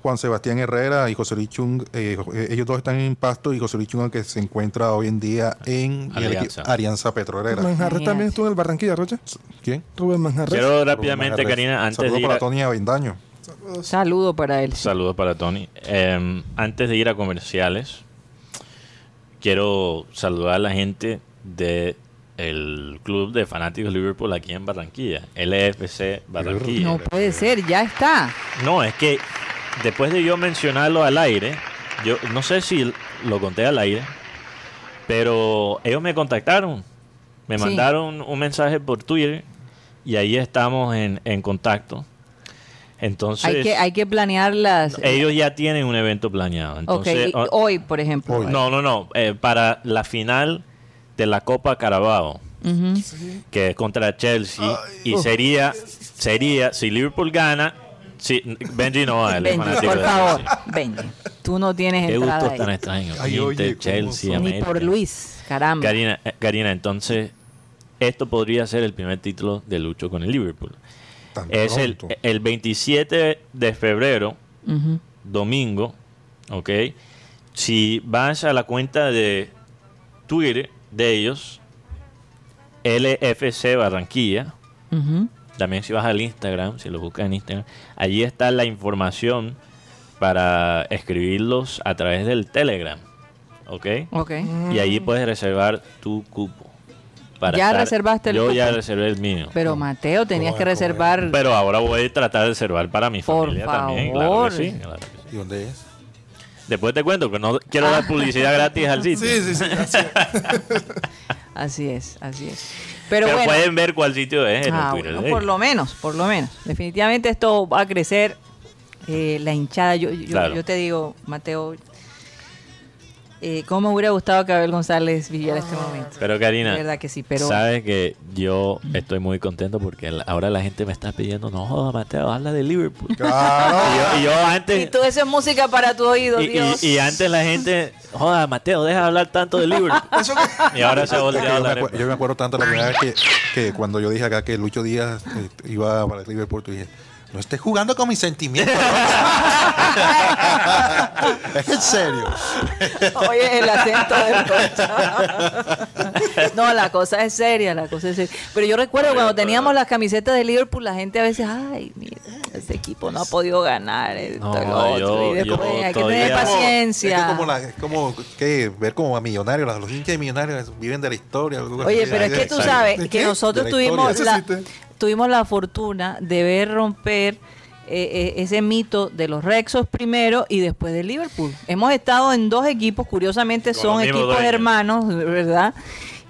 Juan Sebastián Herrera y José Luis Chung, eh, jo- eh, ellos dos están en Pasto y José Luis Chung, que se encuentra hoy en día en el Alianza. equi- Alianza Petrolera. Manjarres también Imagínate. estuvo en el Barranquilla, Rocha. ¿Quién? Rubén Manjarres. Quiero rápidamente, Rubén Herrera. Karina, antes Saludos de ir para a, Tony Avendaño. Saludos. Saludo para él. Saludos para Tony. Eh, antes de ir a comerciales, quiero saludar a la gente de el club de fanáticos Liverpool aquí en Barranquilla, LFC Barranquilla. No puede ser, ya está. No, es que después de yo mencionarlo al aire, yo no sé si lo conté al aire, pero ellos me contactaron, me Sí. mandaron un mensaje por Twitter y ahí estamos en, en contacto. Entonces, hay que hay que planear las. E ellos ya tienen un evento planeado. Ok, Entonces, y- oh, hoy, por ejemplo. no, no, no. eh, para la final de la Copa Carabao, Ujú. que es contra Chelsea, y sería, sería, si Liverpool gana, si, Benji no va, él es Benji, fanático por de favor, Chelsea. Benji. Tú no tienes Qué gusto entrada tan ahí. extraño. Ay, Inter, oye, ¿cómo Chelsea, son? Ni América. por Luis, caramba. Karina, eh, Karina, entonces, esto podría ser el primer título de Lucho con el Liverpool. Tan Es el, e-, pronto. el 27 de febrero, Ujú. domingo, ¿ok? Si vas a la cuenta de Twitter de ellos, LFC Barranquilla, Ujú. también si vas al Instagram, si lo buscas en Instagram, allí está la información para escribirlos a través del Telegram, ¿ok? Ok. Y allí puedes reservar tu cupo. Mm. ¿Ya reservaste el Yo ya cupo? reservé el mío. Pero Mateo, tenías que ¿Cómo es? ¿Cómo es? reservar. Pero ahora voy a tratar de reservar para mi Por familia también. Claro que favor. sí, claro que sí. ¿Y dónde es? Después te cuento que no quiero Ah. dar publicidad gratis al sitio. Sí, sí, sí. así es. Así es, así es. Pero, Pero, bueno. pueden ver cuál sitio es en Ah, el Twitter. ¿eh? bueno, de por ellos. lo menos, por lo menos. Definitivamente esto va a crecer. eh, la hinchada, yo, yo, Claro. yo te digo, Mateo, eh, ¿cómo me hubiera gustado que Abel González viviera este momento? Pero Karina, De verdad que sí, pero- sabes que yo estoy muy contento porque la- ahora la gente me está pidiendo, no joda Mateo, habla de Liverpool. Claro. Y yo, y yo Y antes, tú, eso es música para tu oído, y, Dios. y- y antes la gente, joda Mateo, deja de hablar tanto de Liverpool. Eso que- Y ahora se ha Es que volteado yo, me la acuer- yo me acuerdo tanto la primera vez que, que cuando yo dije acá que Lucho Díaz eh, iba para el Liverpool, tú dije, no estés jugando con mis sentimientos. ¿no?" es en serio. Oye, el acento del coche. No, la cosa es seria, la cosa es seria. Pero yo recuerdo cuando teníamos las camisetas de Liverpool, la gente a veces, ay, mira, este equipo no ha podido ganar. Esto, No, lo otro. Y yo- después yo hay que tener todavía- Es como- Es paciencia. que como, la- es como que ver como a millonarios, los, los hinchas de millonarios viven de la historia. algo Oye, así. pero es que tú sabes ¿De que qué? nosotros De la historia. tuvimos Eso la, sí te- tuvimos la fortuna de ver romper eh, eh, ese mito de los Rexos primero y después de Liverpool. Hemos estado en dos equipos, curiosamente Con son los mismos equipos dueños. hermanos, ¿verdad?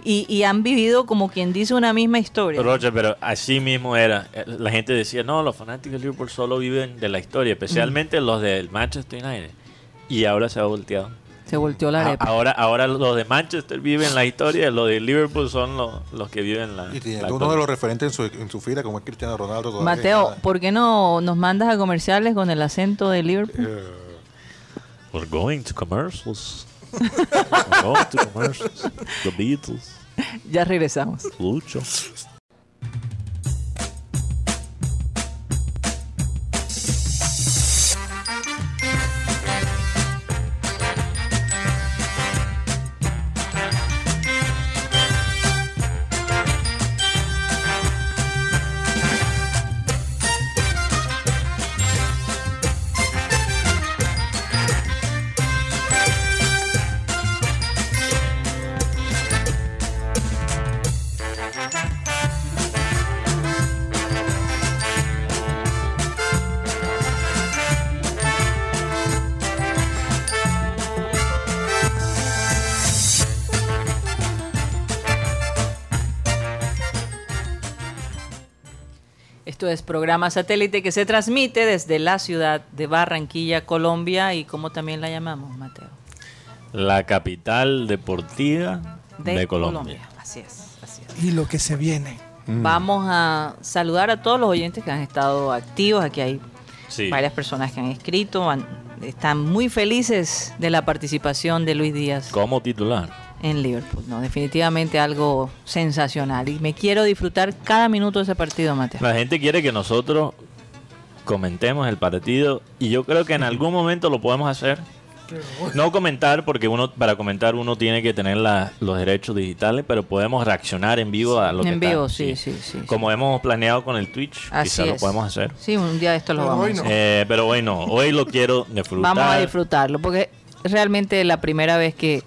Y, y han vivido como quien dice una misma historia. Roger, pero así mismo era. Eh, La gente decía, no, los fanáticos de Liverpool solo viven de la historia, especialmente los del Manchester United. Y ahora se ha volteado. Se volteó la A- arepa. ahora, ahora los de Manchester viven la historia, los de Liverpool son los, los que viven la, Y tiene la uno de los referentes en su, en su fila, como es Cristiano Ronaldo. todavía. Mateo, ¿por qué no nos mandas a comerciales con el acento de Liverpool? Eh, We're going to commercials. We're going to commercials. The Beatles. Ya regresamos. Lucho. Esto es programa satélite que se transmite desde la ciudad de Barranquilla, Colombia, y como también la llamamos, Mateo. La capital deportiva de, Colombia. Así es, así es. Y lo que se viene. Vamos a saludar a todos los oyentes que han estado activos. Aquí hay Sí. varias personas que han escrito. han- están muy felices de la participación de Luis Díaz Como titular. en Liverpool. No, definitivamente algo sensacional. Y me quiero disfrutar cada minuto de ese partido, Mateo. La gente quiere que nosotros comentemos el partido y yo creo que en algún momento lo podemos hacer. No comentar porque uno para comentar uno tiene que tener la- los derechos digitales, pero podemos reaccionar en vivo a lo que En está. vivo, sí, sí, sí, sí. Como hemos planeado con el Twitch, Así quizás lo es. podemos hacer. Sí, un día de esto lo Pero vamos hoy a no. hacer. Eh, pero bueno, hoy lo quiero disfrutar. Vamos a disfrutarlo, porque realmente la primera vez que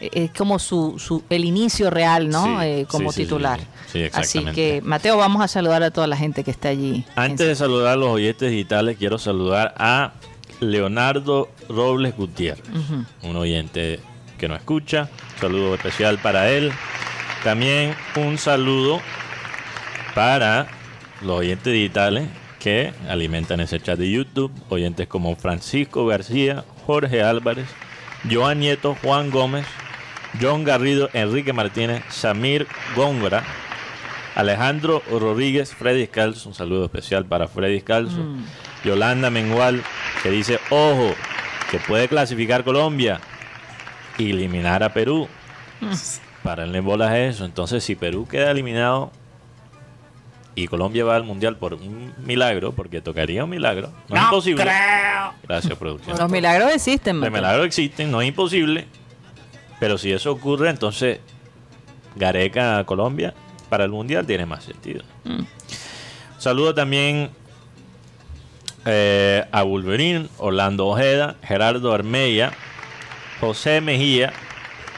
eh, es como su, su- el inicio real, ¿no? Sí, Eh, sí, como sí, sí, titular. sí. Sí, Así exactamente. que, Mateo, vamos a saludar a toda la gente que está allí. Antes de saludar a los oyentes digitales, quiero saludar a Leonardo Robles Gutiérrez, Ujú. un oyente que nos escucha. saludo especial para él. También un saludo para los oyentes digitales que alimentan ese chat de YouTube. Oyentes como Francisco García, Jorge Álvarez, Joan Nieto, Juan Gómez, John Garrido, Enrique Martínez, Samir Góngora, Alejandro Rodríguez, Freddy Calzo, un saludo especial para Freddy Calzo, Yolanda Mengual, que dice, ojo, que puede clasificar Colombia y eliminar a Perú. Párenle bolas a eso. Entonces, si Perú queda eliminado y Colombia va al Mundial por un milagro, porque tocaría un milagro, no, es imposible. Gracias, producción. Los milagros existen, Los Mateo. milagros existen, Pues, no es imposible. Pero si eso ocurre, entonces Gareca a Colombia para el Mundial tiene más sentido. Saludo también eh, a Wolverine, Orlando Ojeda, Gerardo Armella, José Mejía,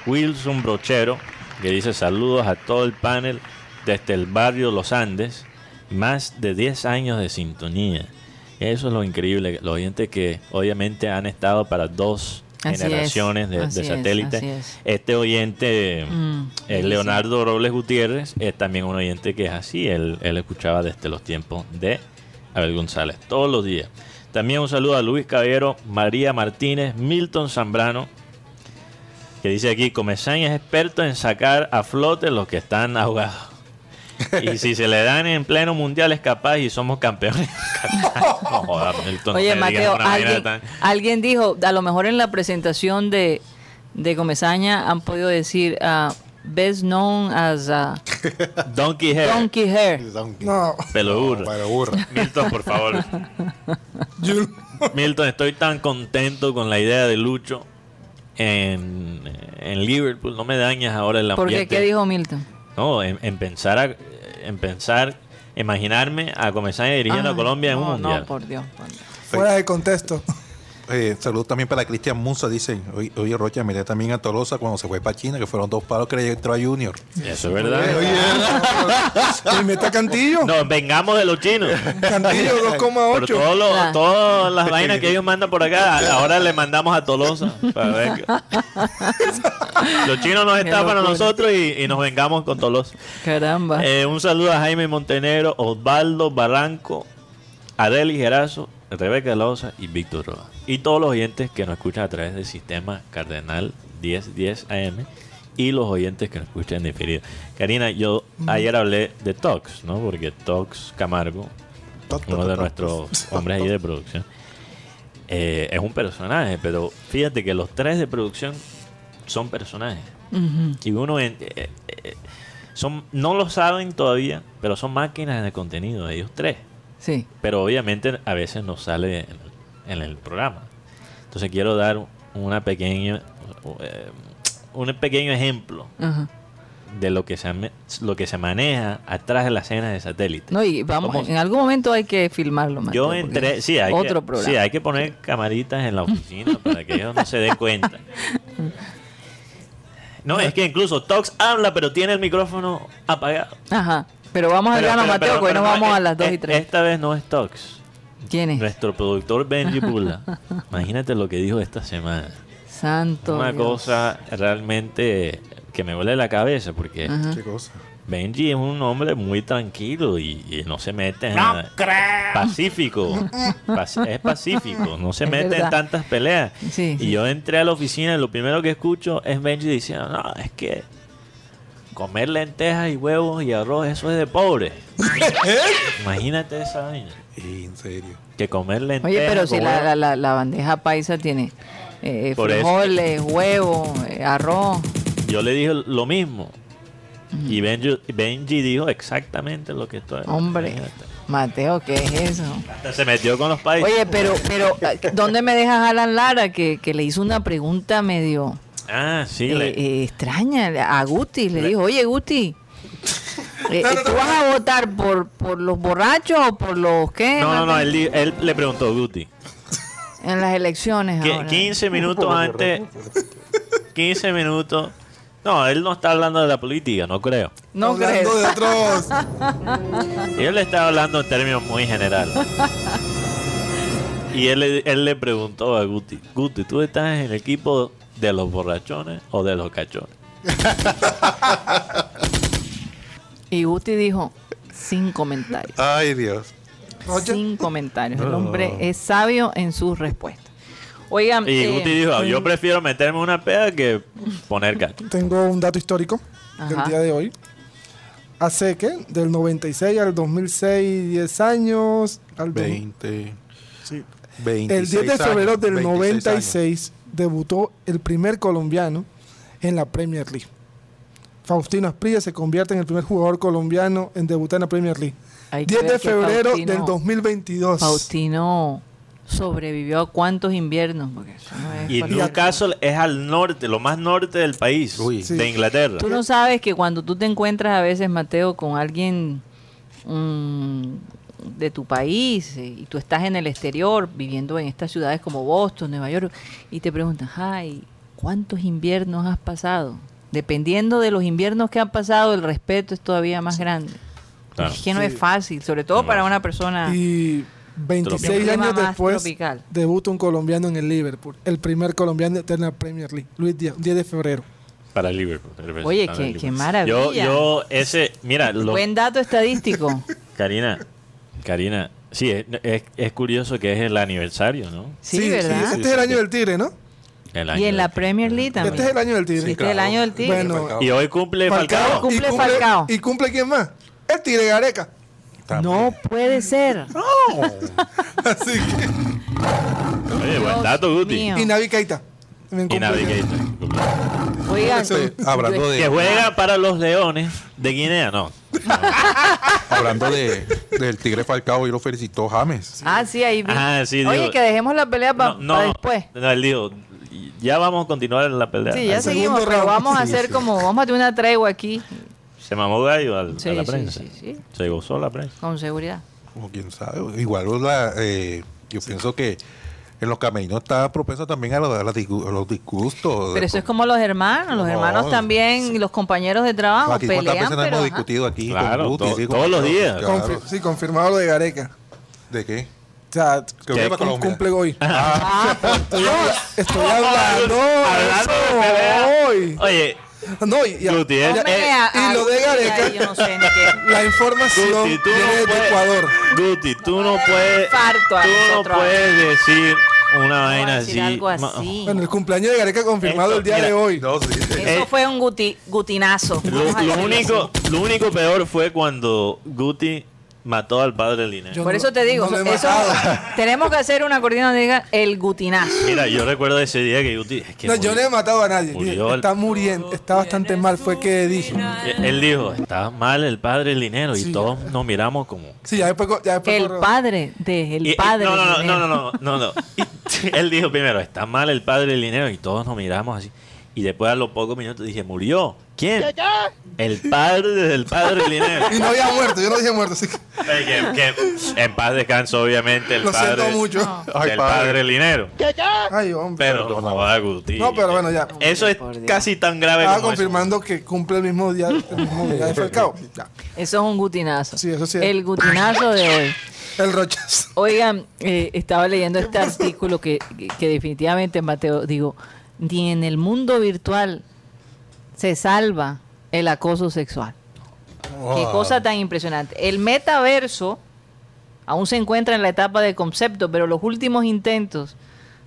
Wilson Brochero, que dice saludos a todo el panel desde el barrio Los Andes, más de 10 años de sintonía. Eso es lo increíble, los oyentes que obviamente han estado para dos Así es, generaciones de- de, así es, satélite. así es. Este oyente, Mm, eh, buenísimo. Leonardo Robles Gutiérrez, es también un oyente que es así, él, él escuchaba desde los tiempos de Abel González, todos los días. También un saludo a Luis Caballero, María Martínez, Milton Zambrano, que dice aquí, Comesaña es experto en sacar a flote los que están ahogados. Y si se le dan en pleno mundial es capaz y somos campeones. no jodas, Milton, no Oye, me digas Mateo, una vaina alguien, tan- alguien dijo, a lo mejor en la presentación de, de Comezaña han podido decir, ah, best known as ah, Donkey Head. Donkey Hair. No. Pelo burro. Para burra. Milton, por favor. Yo- Milton, estoy tan contento con la idea de Lucho en, en Liverpool. No me dañas ahora el ¿Por ambiente. qué? ¿Qué dijo Milton? No, en, en pensar, a- en pensar, imaginarme a comenzar dirigiendo Ay, a Colombia en un Ah, no, mundial. No, por Dios. por Dios. Fuera de contexto. Eh, saludos también para Cristian Musa, dice. Oye, oye, Rocha, miré también a Tolosa cuando se fue para China, que fueron dos palos que le entró a Junior. Eso es verdad. Y meta Cantillo. No, vengamos de los chinos. Cantillo Por 2,8. todo lo- Ah. todas las vainas que ellos mandan por acá, ahora le mandamos a Tolosa. para ver que- Los chinos nos Qué estafan a locura. nosotros y, y nos vengamos con Tolosa. Caramba. Eh, un saludo a Jaime Montenegro, Osvaldo Barranco, Adeli Gerazo, Rebeca Loza y Víctor Roa. Y todos los oyentes que nos escuchan a través del sistema Cardenal 1010 AM y los oyentes que nos escuchan en diferido. Karina, yo ayer hablé de Tox, ¿no? Porque Tox Camargo, uno de nuestros hombres ahí de producción, eh, es un personaje, pero fíjate que los tres de producción son personajes. Ujú. Y uno en- eh, eh, son, no lo saben todavía, pero son máquinas de contenido, ellos tres. Sí. Pero obviamente a veces no sale en, en el programa. Entonces quiero dar una pequeña, eh, un pequeño ejemplo Ajá. de lo que, se, ame- lo que se maneja atrás de las cenas de satélite. No, y vamos, Vamos. en algún momento hay que filmarlo, Mateo, Yo porque entré, es sí hay, otro que, programa. sí, hay que poner camaritas en la oficina para que ellos no se den cuenta. No, es que incluso Tox habla, pero tiene el micrófono apagado. Ajá. Pero vamos al Pero- grano, pero- Mateo, pero- porque pero nos no, vamos eh, a las 2 eh, y 3. Esta vez no es Tox. ¿Quién es? Nuestro productor Benji Bula. Imagínate lo que dijo esta semana. Santo. Una Dios. cosa realmente que me huele la cabeza porque Ajá. Qué cosa. Benji es un hombre muy tranquilo y, y no se mete en No nada. creo. Pacífico. Paci- es pacífico. No se Es mete verdad. en tantas peleas. Sí, y sí. yo entré a la oficina y lo primero que escucho es Benji diciendo, no, es que comer lentejas y huevos y arroz, eso es de pobre. Imagínate esa vaina. En serio. Que comer lentejas. Oye, pero si con la, huevos- la, la- la bandeja paisa tiene eh, Por eso. frijoles, huevo, eh, arroz. Yo le dije lo mismo. Y Benji, Benji dijo exactamente lo que estoy. Hombre, Imagínate. Mateo, ¿qué es eso? Hasta se metió con los países. Oye, pero, pero ¿dónde me dejas a Alan Lara que, que le hizo una pregunta medio Ah, sí. eh, le- eh, extraña a Guti? Le dijo, oye, Guti, eh, ¿tú vas a votar por, por los borrachos o por los qué? no, no, no. Él, di- él le preguntó Guti. En las elecciones. Que- ahora. 15 minutos antes. 15 minutos. No, él no está hablando de la política, no creo. No crees. Hablando de otros. Él le está hablando en términos muy generales. Y él, le- él le preguntó a Guti, Guti, ¿tú estás en el equipo de los borrachones o de los cachones? Y Guti dijo, sin comentarios. Ay, Dios. Roger. Sin comentarios. El hombre es sabio en sus respuestas. Oigan, Y eh, Guti dijo, yo prefiero meterme una peda que poner cacho. Tengo un dato histórico Ajá. del día de hoy. Hace que del 96 al 2006, 10 años. Al 20. Sí. 26 El 10 de febrero años, del 26 años. 96 debutó el primer colombiano en la Premier League. Faustino Asprilla se convierte en el primer jugador colombiano en debutar en la Premier League. hay que 10 ver de que febrero del Faustino- 2022. Faustino sobrevivió a cuántos inviernos. Porque eso no es Y cualquier- Newcastle es al norte, lo más norte del país, Uy. Sí. de Inglaterra. Tú no sabes que cuando tú te encuentras a veces, Mateo, con alguien mm, de tu país eh, y tú estás en el exterior viviendo en estas ciudades como Boston, Nueva York, y te preguntan, ay, ¿cuántos inviernos has pasado? Dependiendo de los inviernos que han pasado, el respeto es todavía más grande. Claro. Es que no es fácil, sobre todo para una persona. Y 26 Tropical. años Clima más después tropical. debuta un colombiano en el Liverpool. El primer colombiano en la Premier League. Luis Díaz, 10 de febrero. Para Liverpool. representando Oye, a qué- Liverpool. qué maravilla. Yo, yo, ese, mira, lo- Buen dato estadístico. Karina, Karina, sí, es, es- es curioso que es el aniversario, ¿no? Sí, ¿verdad? Este es el año del Tigre, ¿no? El y año en la de- Premier League también. Este es el año del Tigre. Este es el año del Tigre. Bueno, Y hoy cumple Falcao. Falcao. Cumple Falcao. ¿Y cumple quién más? El Tigre Gareca. No puede ser. Así que, Oye, buen Dios dato, Guti. mío. y Navi Keita. También Y cumple. Navigator. cumple. Oigan, Este, hablando Que de, juega para los Leones de Guinea, no. hablando de, del Tigre Falcao, y lo felicitó James. Ah, sí, ahí vi. Ah, sí, Oye, digo- que dejemos la pelea para No, no, después. no, él dijo, ya vamos a continuar en la pelea. Sí, ya al seguimos, segundo pero round. vamos a Sí, hacer sí. como, vamos a tener una tregua aquí, Se mamó gallo al- Sí, a la sí, prensa. sí, sí. Se gozó la prensa. con seguridad. Como quién sabe. Igual la, eh, yo pienso que en los camerinos está propenso también a, la- a la disgu- a los disgustos. Pero eso es como los hermanos, los No, hermanos también y los compañeros de trabajo Aquí cuántas Ah, pelean, veces no pero hemos ajá. discutido aquí Claro, con Guti, to- sí, todos los días. claro. Confir- Sí, confirmado lo de Gareca. ¿De qué? O sea, Que viva Colombia. cumple hoy. Ah, por Dios. Estoy hablando, Hablando de pelea. hoy. Oye, No, y, y- Guti, eh, Hombre, eh, a- y lo de ay, Gareca. ay, Yo no sé ni qué. la información Guti, tú viene no de puedes. Ecuador. Guti, tú no puedes. Infarto a Tú no nosotros. puedes decir una Vamos a vaina decir así. algo ma- así. Bueno, el cumpleaños de Gareca confirmado Esto, el día mira. de hoy. No, sí, sí. Eso eh, fue un guti- gutinazo. Lo, Vamos a lo decirlo único, así. lo único peor fue cuando Guti mató al padre de Linet. Yo Por no- eso te digo, no lo he eso, matado. tenemos que hacer una cortina donde diga el gutinazo. Mira, yo recuerdo ese día que Guti. es que No, yo murió. no he matado a nadie. Murió el- Está muriendo, está bastante mal, fue que dije. Eh, Él dijo, estaba mal el padre Linero y todos nos miramos como... Sí, ya después, co- ya después El corro. padre de Y- el y- padre. no, no, de- no, no, no, no, no. Él dijo primero, está mal el padre Linero y todos nos miramos así. Y después a los pocos minutos dije, murió. ¿Quién? El padre del padre Linero. Y no había muerto, yo no dije muerto, así que Oye, que- que en paz descanso, obviamente, el lo siento padre mucho. Ay, del padre. padre Linero. Ay, hombre. Pero no, joda, Guti. No, pero bueno, ya. Eso es Por Dios. casi tan grave Estaba como eso. confirmando que cumple el mismo día, el mismo día de Falcao. Ya. Eso es un gutinazo. Sí, eso sí es. El gutinazo de hoy. El Rochas. Oigan, eh, estaba leyendo este artículo que, que- que definitivamente, Mateo, digo, ni en el mundo virtual se salva el acoso sexual. Qué Wow. cosa tan impresionante. El metaverso aún se encuentra en la etapa de concepto, pero los últimos intentos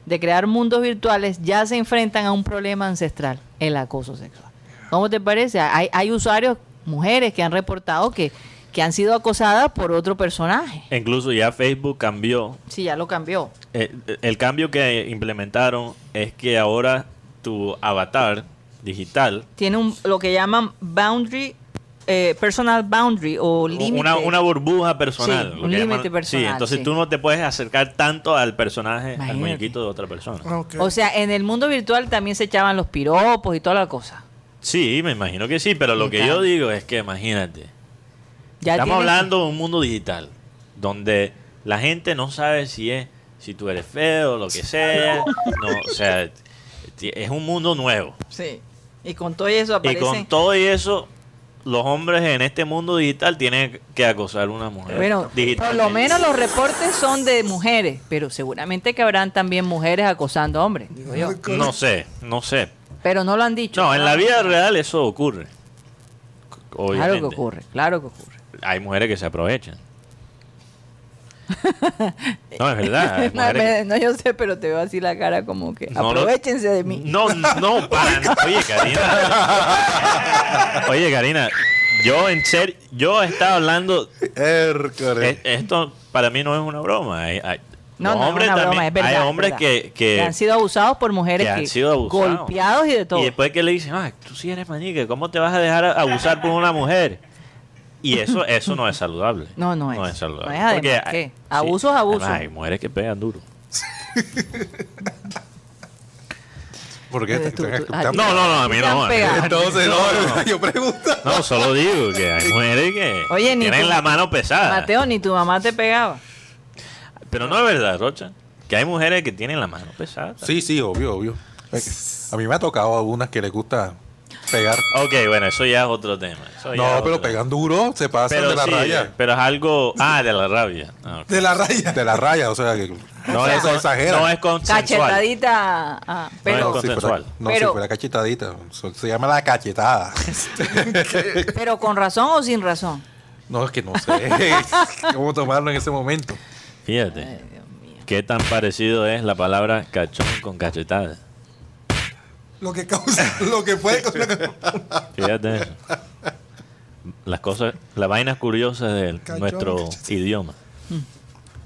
de crear mundos virtuales ya se enfrentan a un problema ancestral, el acoso sexual. ¿Cómo te parece? Hay, hay usuarios, mujeres, que han reportado que, que han sido acosadas por otro personaje. Incluso ya Facebook cambió. Sí, ya lo cambió. Eh, el cambio que implementaron es que ahora tu avatar digital Tiene un, lo que llaman boundary, eh, personal boundary o límite. Una, una burbuja personal. Sí, lo un que límite llaman- personal, Sí, entonces sí. tú no te puedes acercar tanto al personaje, Imagínate. al muñequito de otra persona. Ah, ok. O sea, en el mundo virtual también se echaban los piropos y toda la cosa. Sí, me imagino que sí, pero lo que yo Digital. digo es que imagínate, Ya estamos tienen- hablando de un mundo digital donde la gente no sabe si es si tú eres feo, lo que sea, no, o sea, t- es un mundo nuevo. Sí. Y con todo eso Y aparecen. con todo y eso los hombres en este mundo digital tienen que acosar a una mujer. bueno, por digitalmente. lo menos los reportes son de mujeres, pero seguramente que habrán también mujeres acosando a hombres, digo yo. no sé, no sé, Pero no lo han dicho. No, en la vida real eso ocurre. C- Claro Obviamente. que ocurre, claro que ocurre. Hay mujeres que se aprovechan. No, es verdad. hay No, Ah, mujeres me- que- no, yo sé, pero te veo así la cara como que No, no- aprovechense de mí. No, no, para nada. Oye, Karina. Oye, Karina. Yo en serio, yo estaba hablando. Hércules. e- Esto para mí no es una broma. Hay, hay- No, los no, hombres es una broma, también- es verdad. Hay es hombres verdad. que, que- han sido abusados por mujeres que han sido abusados. golpeados y de todo. Y después que le dicen, ah, tú sí eres manique, ¿cómo te vas a dejar a- abusar por una mujer? Y eso, eso no es saludable. No, no es. saludable. No es, además, hay- ¿qué? Abuso es abuso. además, hay mujeres que pegan duro. Porque Eh, Tú- tú- a ti- No, no, no, a mí te han no. a mí- pegado. Entonces, no, No, no. yo pregunto. No, solo digo que hay mujeres que Oye, ni tienen tú- la mano pesada. Mateo, ni tu mamá te pegaba. Pero no es verdad, Rocha. Que hay mujeres que tienen la mano pesada. Sí, sí, obvio, obvio. A mí me ha tocado algunas que les gusta pegar. Ok, bueno, eso ya es otro tema. eso ya es No, otro pero tema. pegan duro, se pasan Pero de la sí, eh. raya. pero es algo... Ah, de la rabia. Ah, ok. de la raya. De la raya, o sea que No, es, se con- exagera. no es consensual. Cachetadita. ah, pero, con- si fuera- consensual. no, Pero- si fuera cachetadita. so- Se llama la cachetada. pero con razón o sin razón. no, es que no sé cómo tomarlo en ese momento. Fíjate. ¿Qué tan parecido es la palabra cachón con cachetada? Lo que causa, lo que puede. lo que- Fíjate eso. Las cosas, las vainas curiosas de Cachón, nuestro cachetada. idioma. Hmm.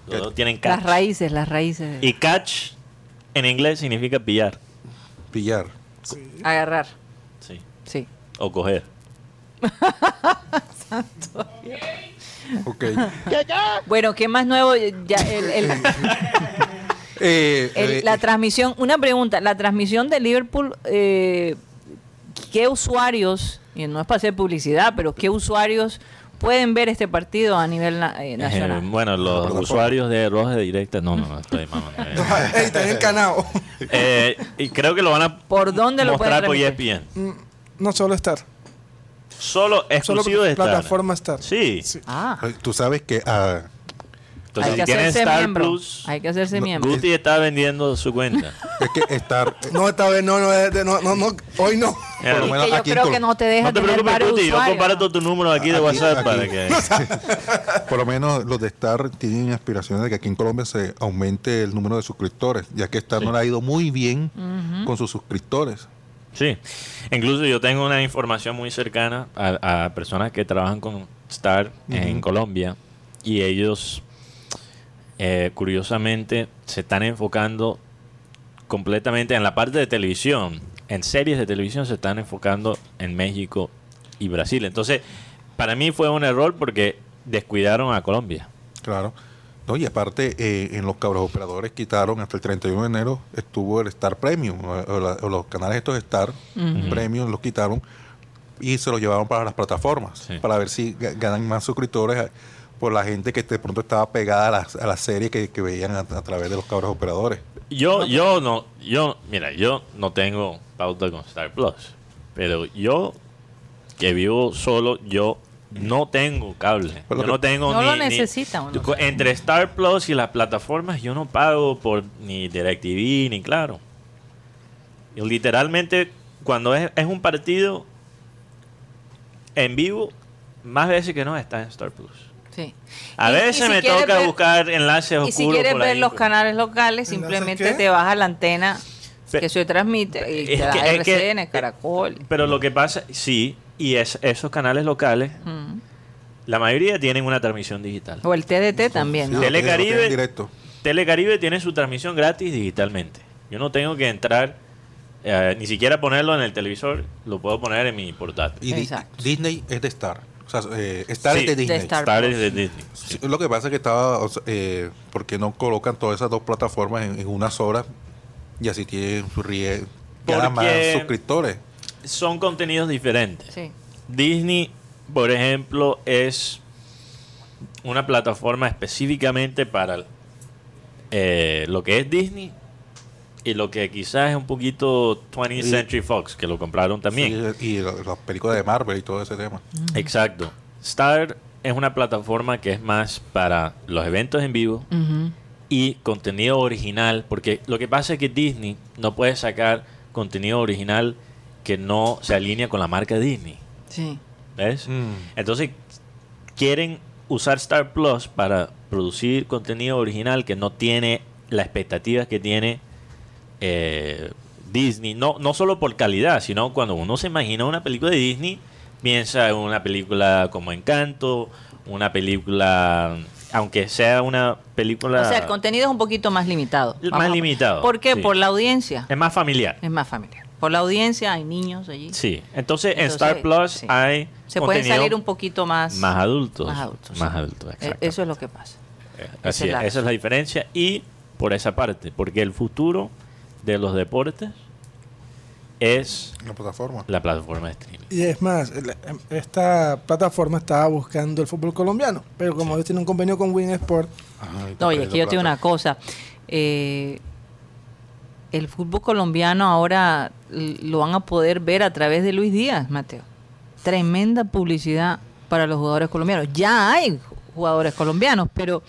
Todos tienen Las catch. raíces, las raíces. de- Y catch en inglés significa pillar. Pillar. Agarrar, Sí. sí. O coger. Ok. Bueno, ¿qué más nuevo? Ya, el- el- Eh, eh, el- la transmisión, una pregunta, la transmisión de Liverpool, eh, ¿qué usuarios, y no es para hacer publicidad, pero qué usuarios pueden ver este partido a nivel na- eh, Eh, nacional? bueno, los usuarios de Roja Directa. No, no, no estoy mamando. Eh, Ey, está encanado. eh, y creo que lo van a ¿Por dónde lo mostrar pueden por E transmitir? ESPN. No solo estar. Solo Solo exclusivo de Star. plataforma estar. Sí. Sí. Ah, tú sabes que ah, hay Entonces, si que tienes hacerse Star miembro. Plus, Hay que hacerse miembro. Guti está vendiendo su cuenta. es que estar No, esta vez no, no, eh, no, no, no, hoy no. Mira, Por lo Y menos que yo aquí en creo Col- que no te deja no te tener preocupes, varios Guti. Yo usuarios, comparto ¿no? tu número aquí de Aquí, WhatsApp aquí. para que. Por lo menos los de Star tienen aspiraciones de que aquí en Colombia se aumente el número de suscriptores, ya que Star no le ha ido muy bien con sus suscriptores. Sí. Incluso yo tengo una información muy cercana a, a personas que trabajan con Star en Colombia y ellos, eh, curiosamente, se están enfocando completamente en la parte de televisión. En series de televisión se están enfocando en México y Brasil. Entonces, para mí fue un error porque descuidaron a Colombia. Claro. No, y aparte, eh, en los cabros operadores quitaron hasta el 31 de enero, estuvo el Star Premium, o, o la- o los canales estos Star Premium los quitaron y se los llevaron para las plataformas, Sí. para ver si ga- ganan más suscriptores eh, por la gente que de pronto estaba pegada a las- a la, serie que, que veían a, a través de los cabros operadores. Yo, yo no, yo, mira, yo no tengo pauta con Star Plus, pero yo que vivo solo, yo no tengo cable. Pero yo lo no tengo No ni- lo ni- necesita uno. co- Entre Star Plus y las plataformas, yo no pago por ni DirecTV ni Claro. Y literalmente, cuando es, es un partido en vivo, más veces que no está en Star Plus. Sí. A Y- y veces si me quieres toca ver- buscar enlaces Y oscuros. si quieres por ver ahí, los pues. canales locales, ¿Enlaces simplemente qué? te vas a la antena Pe- que se transmite y es te da que- es que- RCN, Caracol. Pero lo que pasa, sí, y es, esos canales locales, Mm. la mayoría tienen una transmisión digital. O el TDT también, ¿no? Sí. Telecaribe. Telecaribe. Directo. Telecaribe tiene su transmisión gratis digitalmente. Yo no tengo que entrar, eh, ni siquiera ponerlo en el televisor, lo puedo poner en mi portátil. Y Di- Exacto. Disney es de Star. O sea, eh, Star Sí, es de de Disney. Star. Star es de Disney. Pues Sí, Lo que pasa es que estaba, o sea, eh, porque no colocan todas esas dos plataformas en, en una sola y así tienen su rie- ganan más Porque- suscriptores. Son contenidos diferentes. Sí. Disney, por ejemplo, es una plataforma específicamente para eh, lo que es Disney y lo que quizás es un poquito 20th Sí. Century Fox, que lo compraron también. Sí, y la- las películas de Marvel y todo ese tema. Exacto. Star es una plataforma que es más para los eventos en vivo Ujú. y contenido original, porque lo que pasa es que Disney no puede sacar contenido original que no se alinea con la marca Disney. Sí. ¿Ves? Mm. Entonces, quieren usar Star Plus para producir contenido original que no tiene la expectativa que tiene eh, Disney. No, no solo por calidad, sino cuando uno se imagina una película de Disney, piensa en una película como Encanto, una película, aunque sea una película O sea, el contenido es un poquito más limitado. Ah. Más Vamos a- limitado, ¿Por qué? sí. Por la audiencia. es más familiar. Es más familiar. Por la audiencia hay niños allí. Sí, entonces, en Entonces, Star Plus sí. hay Se pueden contenido salir un poquito más, más adultos. más adultos, Más sí. adultos, Eh, exacto. Eso es lo que pasa. Así es es, la- esa es la diferencia. Y por esa parte, porque el futuro de los deportes es La plataforma. la plataforma de streaming. Y es más, el- em, esta plataforma estaba buscando el fútbol colombiano, pero como ellos tienen un convenio con Win Sport, Ay, te No, y perdí aquí la yo tengo plata. una cosa. Eh, el fútbol colombiano ahora l- lo van a poder ver a través de Luis Díaz, Mateo. Tremenda publicidad para los jugadores colombianos. Ya hay jugadores colombianos, pero,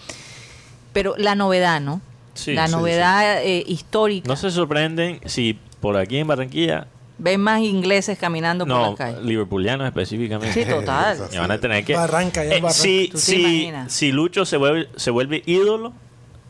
pero la novedad, ¿no? Sí, la sí, novedad eh, histórica. No se sorprenden si por aquí en Barranquilla, Ven más ingleses caminando por no, la calle. liverpoolianos específicamente, Sí, total. Esas. me van a tener que... Eh, Barranca, ya en Barranca. si, ¿Tú te si, imaginas? si Lucho se vuelve, se vuelve ídolo,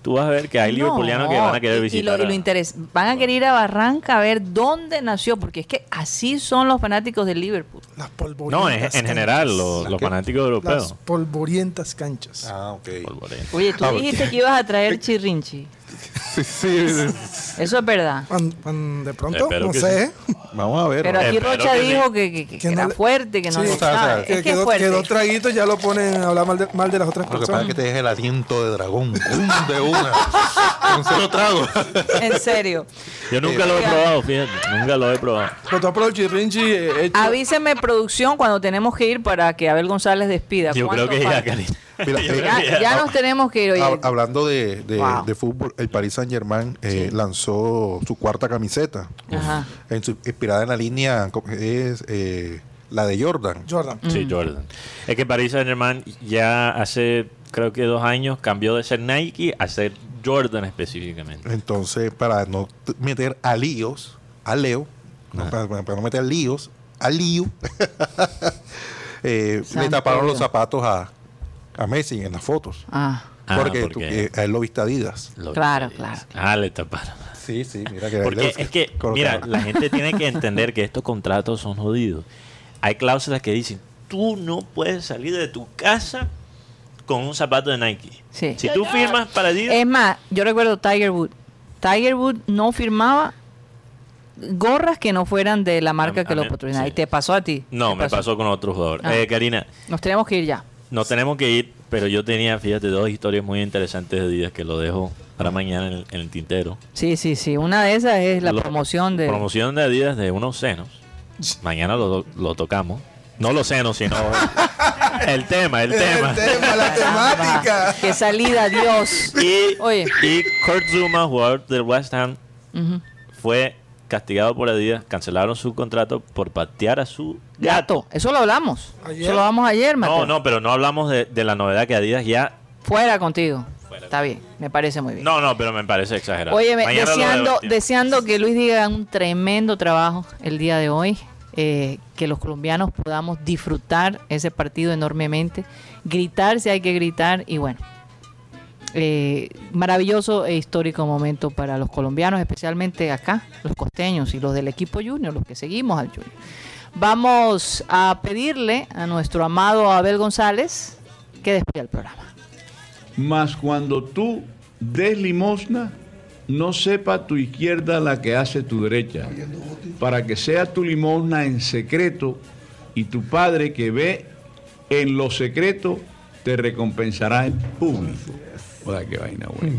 tú vas a ver que hay No, liverpoolianos que van a querer y- visitar. Y lo, y a- lo interes- van a querer ir a Barranca a ver dónde nació, porque es que así son los fanáticos del Liverpool. las polvorientas. no, en, en canchas. general, los, ¿Las los qué? fanáticos Las europeos. polvorientas canchas. Ah, ok. Polvorientos. Oye, tú Ah, dijiste que ibas a traer chirrinchi. Sí, sí, sí. Eso es verdad. Cuan- cuan- de pronto, Espero no que sé. Vamos a ver. Eh, Pero ¿no? aquí Espero Rocha que sí. dijo que, que- que Que no era le- fuerte, que no Sí, lo o sea, o sea, sabe. Que es que es quedó, fuerte. quedó traguito, ya lo ponen a hablar mal de, mal de las otras Lo que pasa personas. es que te deja el aliento de dragón. ¡Bum! De una. Con solo trago. En serio. Yo nunca lo he Oigan. probado, fíjate. Nunca lo he probado. Pero tú has probado el chirrinchi eh, hecho- Avíseme, producción, cuando tenemos que ir para que Abel González despida. Yo ¿Cuánto creo que ya, falta? Karina. Mira, eh, Ya, ya nos tenemos que ir. Oye. Hab- hablando de, de- Wow. de fútbol, el Paris Saint Germain lanzó su cuarta camiseta, Ajá. en su- inspirada en la línea co- es eh, la de Jordan. Jordan. Sí, Mm. Jordan. Es que Paris Saint Germain ya hace, creo que dos años, cambió de ser Nike a ser Jordan específicamente. Entonces, para no t- meter a líos, a Leo, Ah. no, para, para no meter líos, a Lío, eh, le Santo taparon Dios. los zapatos a, a Messi en las fotos. Ah, Ah, porque tú- eh, a él lo viste Adidas. lo- Claro, claro. Ah, le taparon. Sí, sí, mira que Porque es que, mira, la gente tiene que entender que estos contratos son jodidos. Hay cláusulas que dicen, tú no puedes salir de tu casa con un zapato de Nike. Sí. Em, Si tú firmas para Adidas, Es más, yo recuerdo Tiger Wood. Tiger Wood no firmaba gorras que no fueran de la marca A- que a lo mí- patrocinaba. sí. Y te pasó a ti. no, Te me pasó con otro jugador. Ah. Eh, Karina, Nos tenemos que ir ya. Nos tenemos que ir, pero yo tenía, fíjate, dos historias muy interesantes de días que lo dejo para mañana en el, en el tintero. Sí, sí, sí. Una de esas es la Lo- promoción de... Promoción de Adidas de unos senos. Mañana lo, lo tocamos. No los senos, sino el tema, el tema. El tema, la Caramba, temática. ¡Qué salida, Dios! Y, Oye. y Kurt Zuma, jugador del West Ham, Ujú. fue castigado por Adidas. Cancelaron su contrato por patear a su gato. Gato. Eso lo hablamos. Ayer. Eso lo hablamos ayer, Mateo. No, no, pero no hablamos de, de la novedad que Adidas ya... Fuera contigo. Está bien. Me parece muy bien. No, no, pero me parece exagerado. Oye, me- Mañana lo deseando, debatimos. deseando que Luis diga un tremendo trabajo el día de hoy. eh, que los colombianos podamos disfrutar ese partido enormemente, gritar si hay que gritar y bueno, eh, maravilloso e histórico momento para los colombianos, especialmente acá, los costeños y los del equipo junior, los que seguimos al junior. Vamos a pedirle a nuestro amado Abel González que despida el programa. Mas cuando tú des limosna, no sepa tu izquierda la que hace tu derecha, para que sea tu limosna en secreto y tu padre que ve en lo secreto te recompensará en público. O sea, qué vaina buena.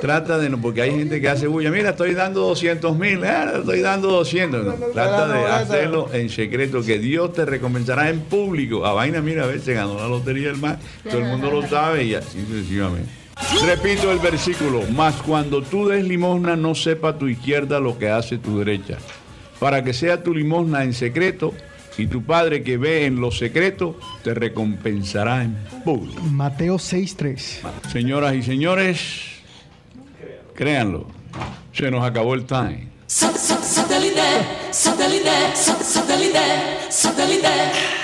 Trata de no, porque hay gente que hace bulla. Mira, estoy dando 200 mil, eh, estoy dando 200. No, trata de hacerlo en secreto, que Dios te recompensará en público. A vaina, mira, a ver, se ganó la lotería del mar, todo el mundo lo sabe y así sucesivamente. Repito el versículo, mas cuando tú des limosna no sepa tu izquierda lo que hace tu derecha, para que sea tu limosna en secreto y tu Padre que ve en lo secreto te recompensará en público. Mateo 6.3. Señoras y señores, créanlo, se nos acabó el time. Satellite, satellite, satellite, satellite, satellite.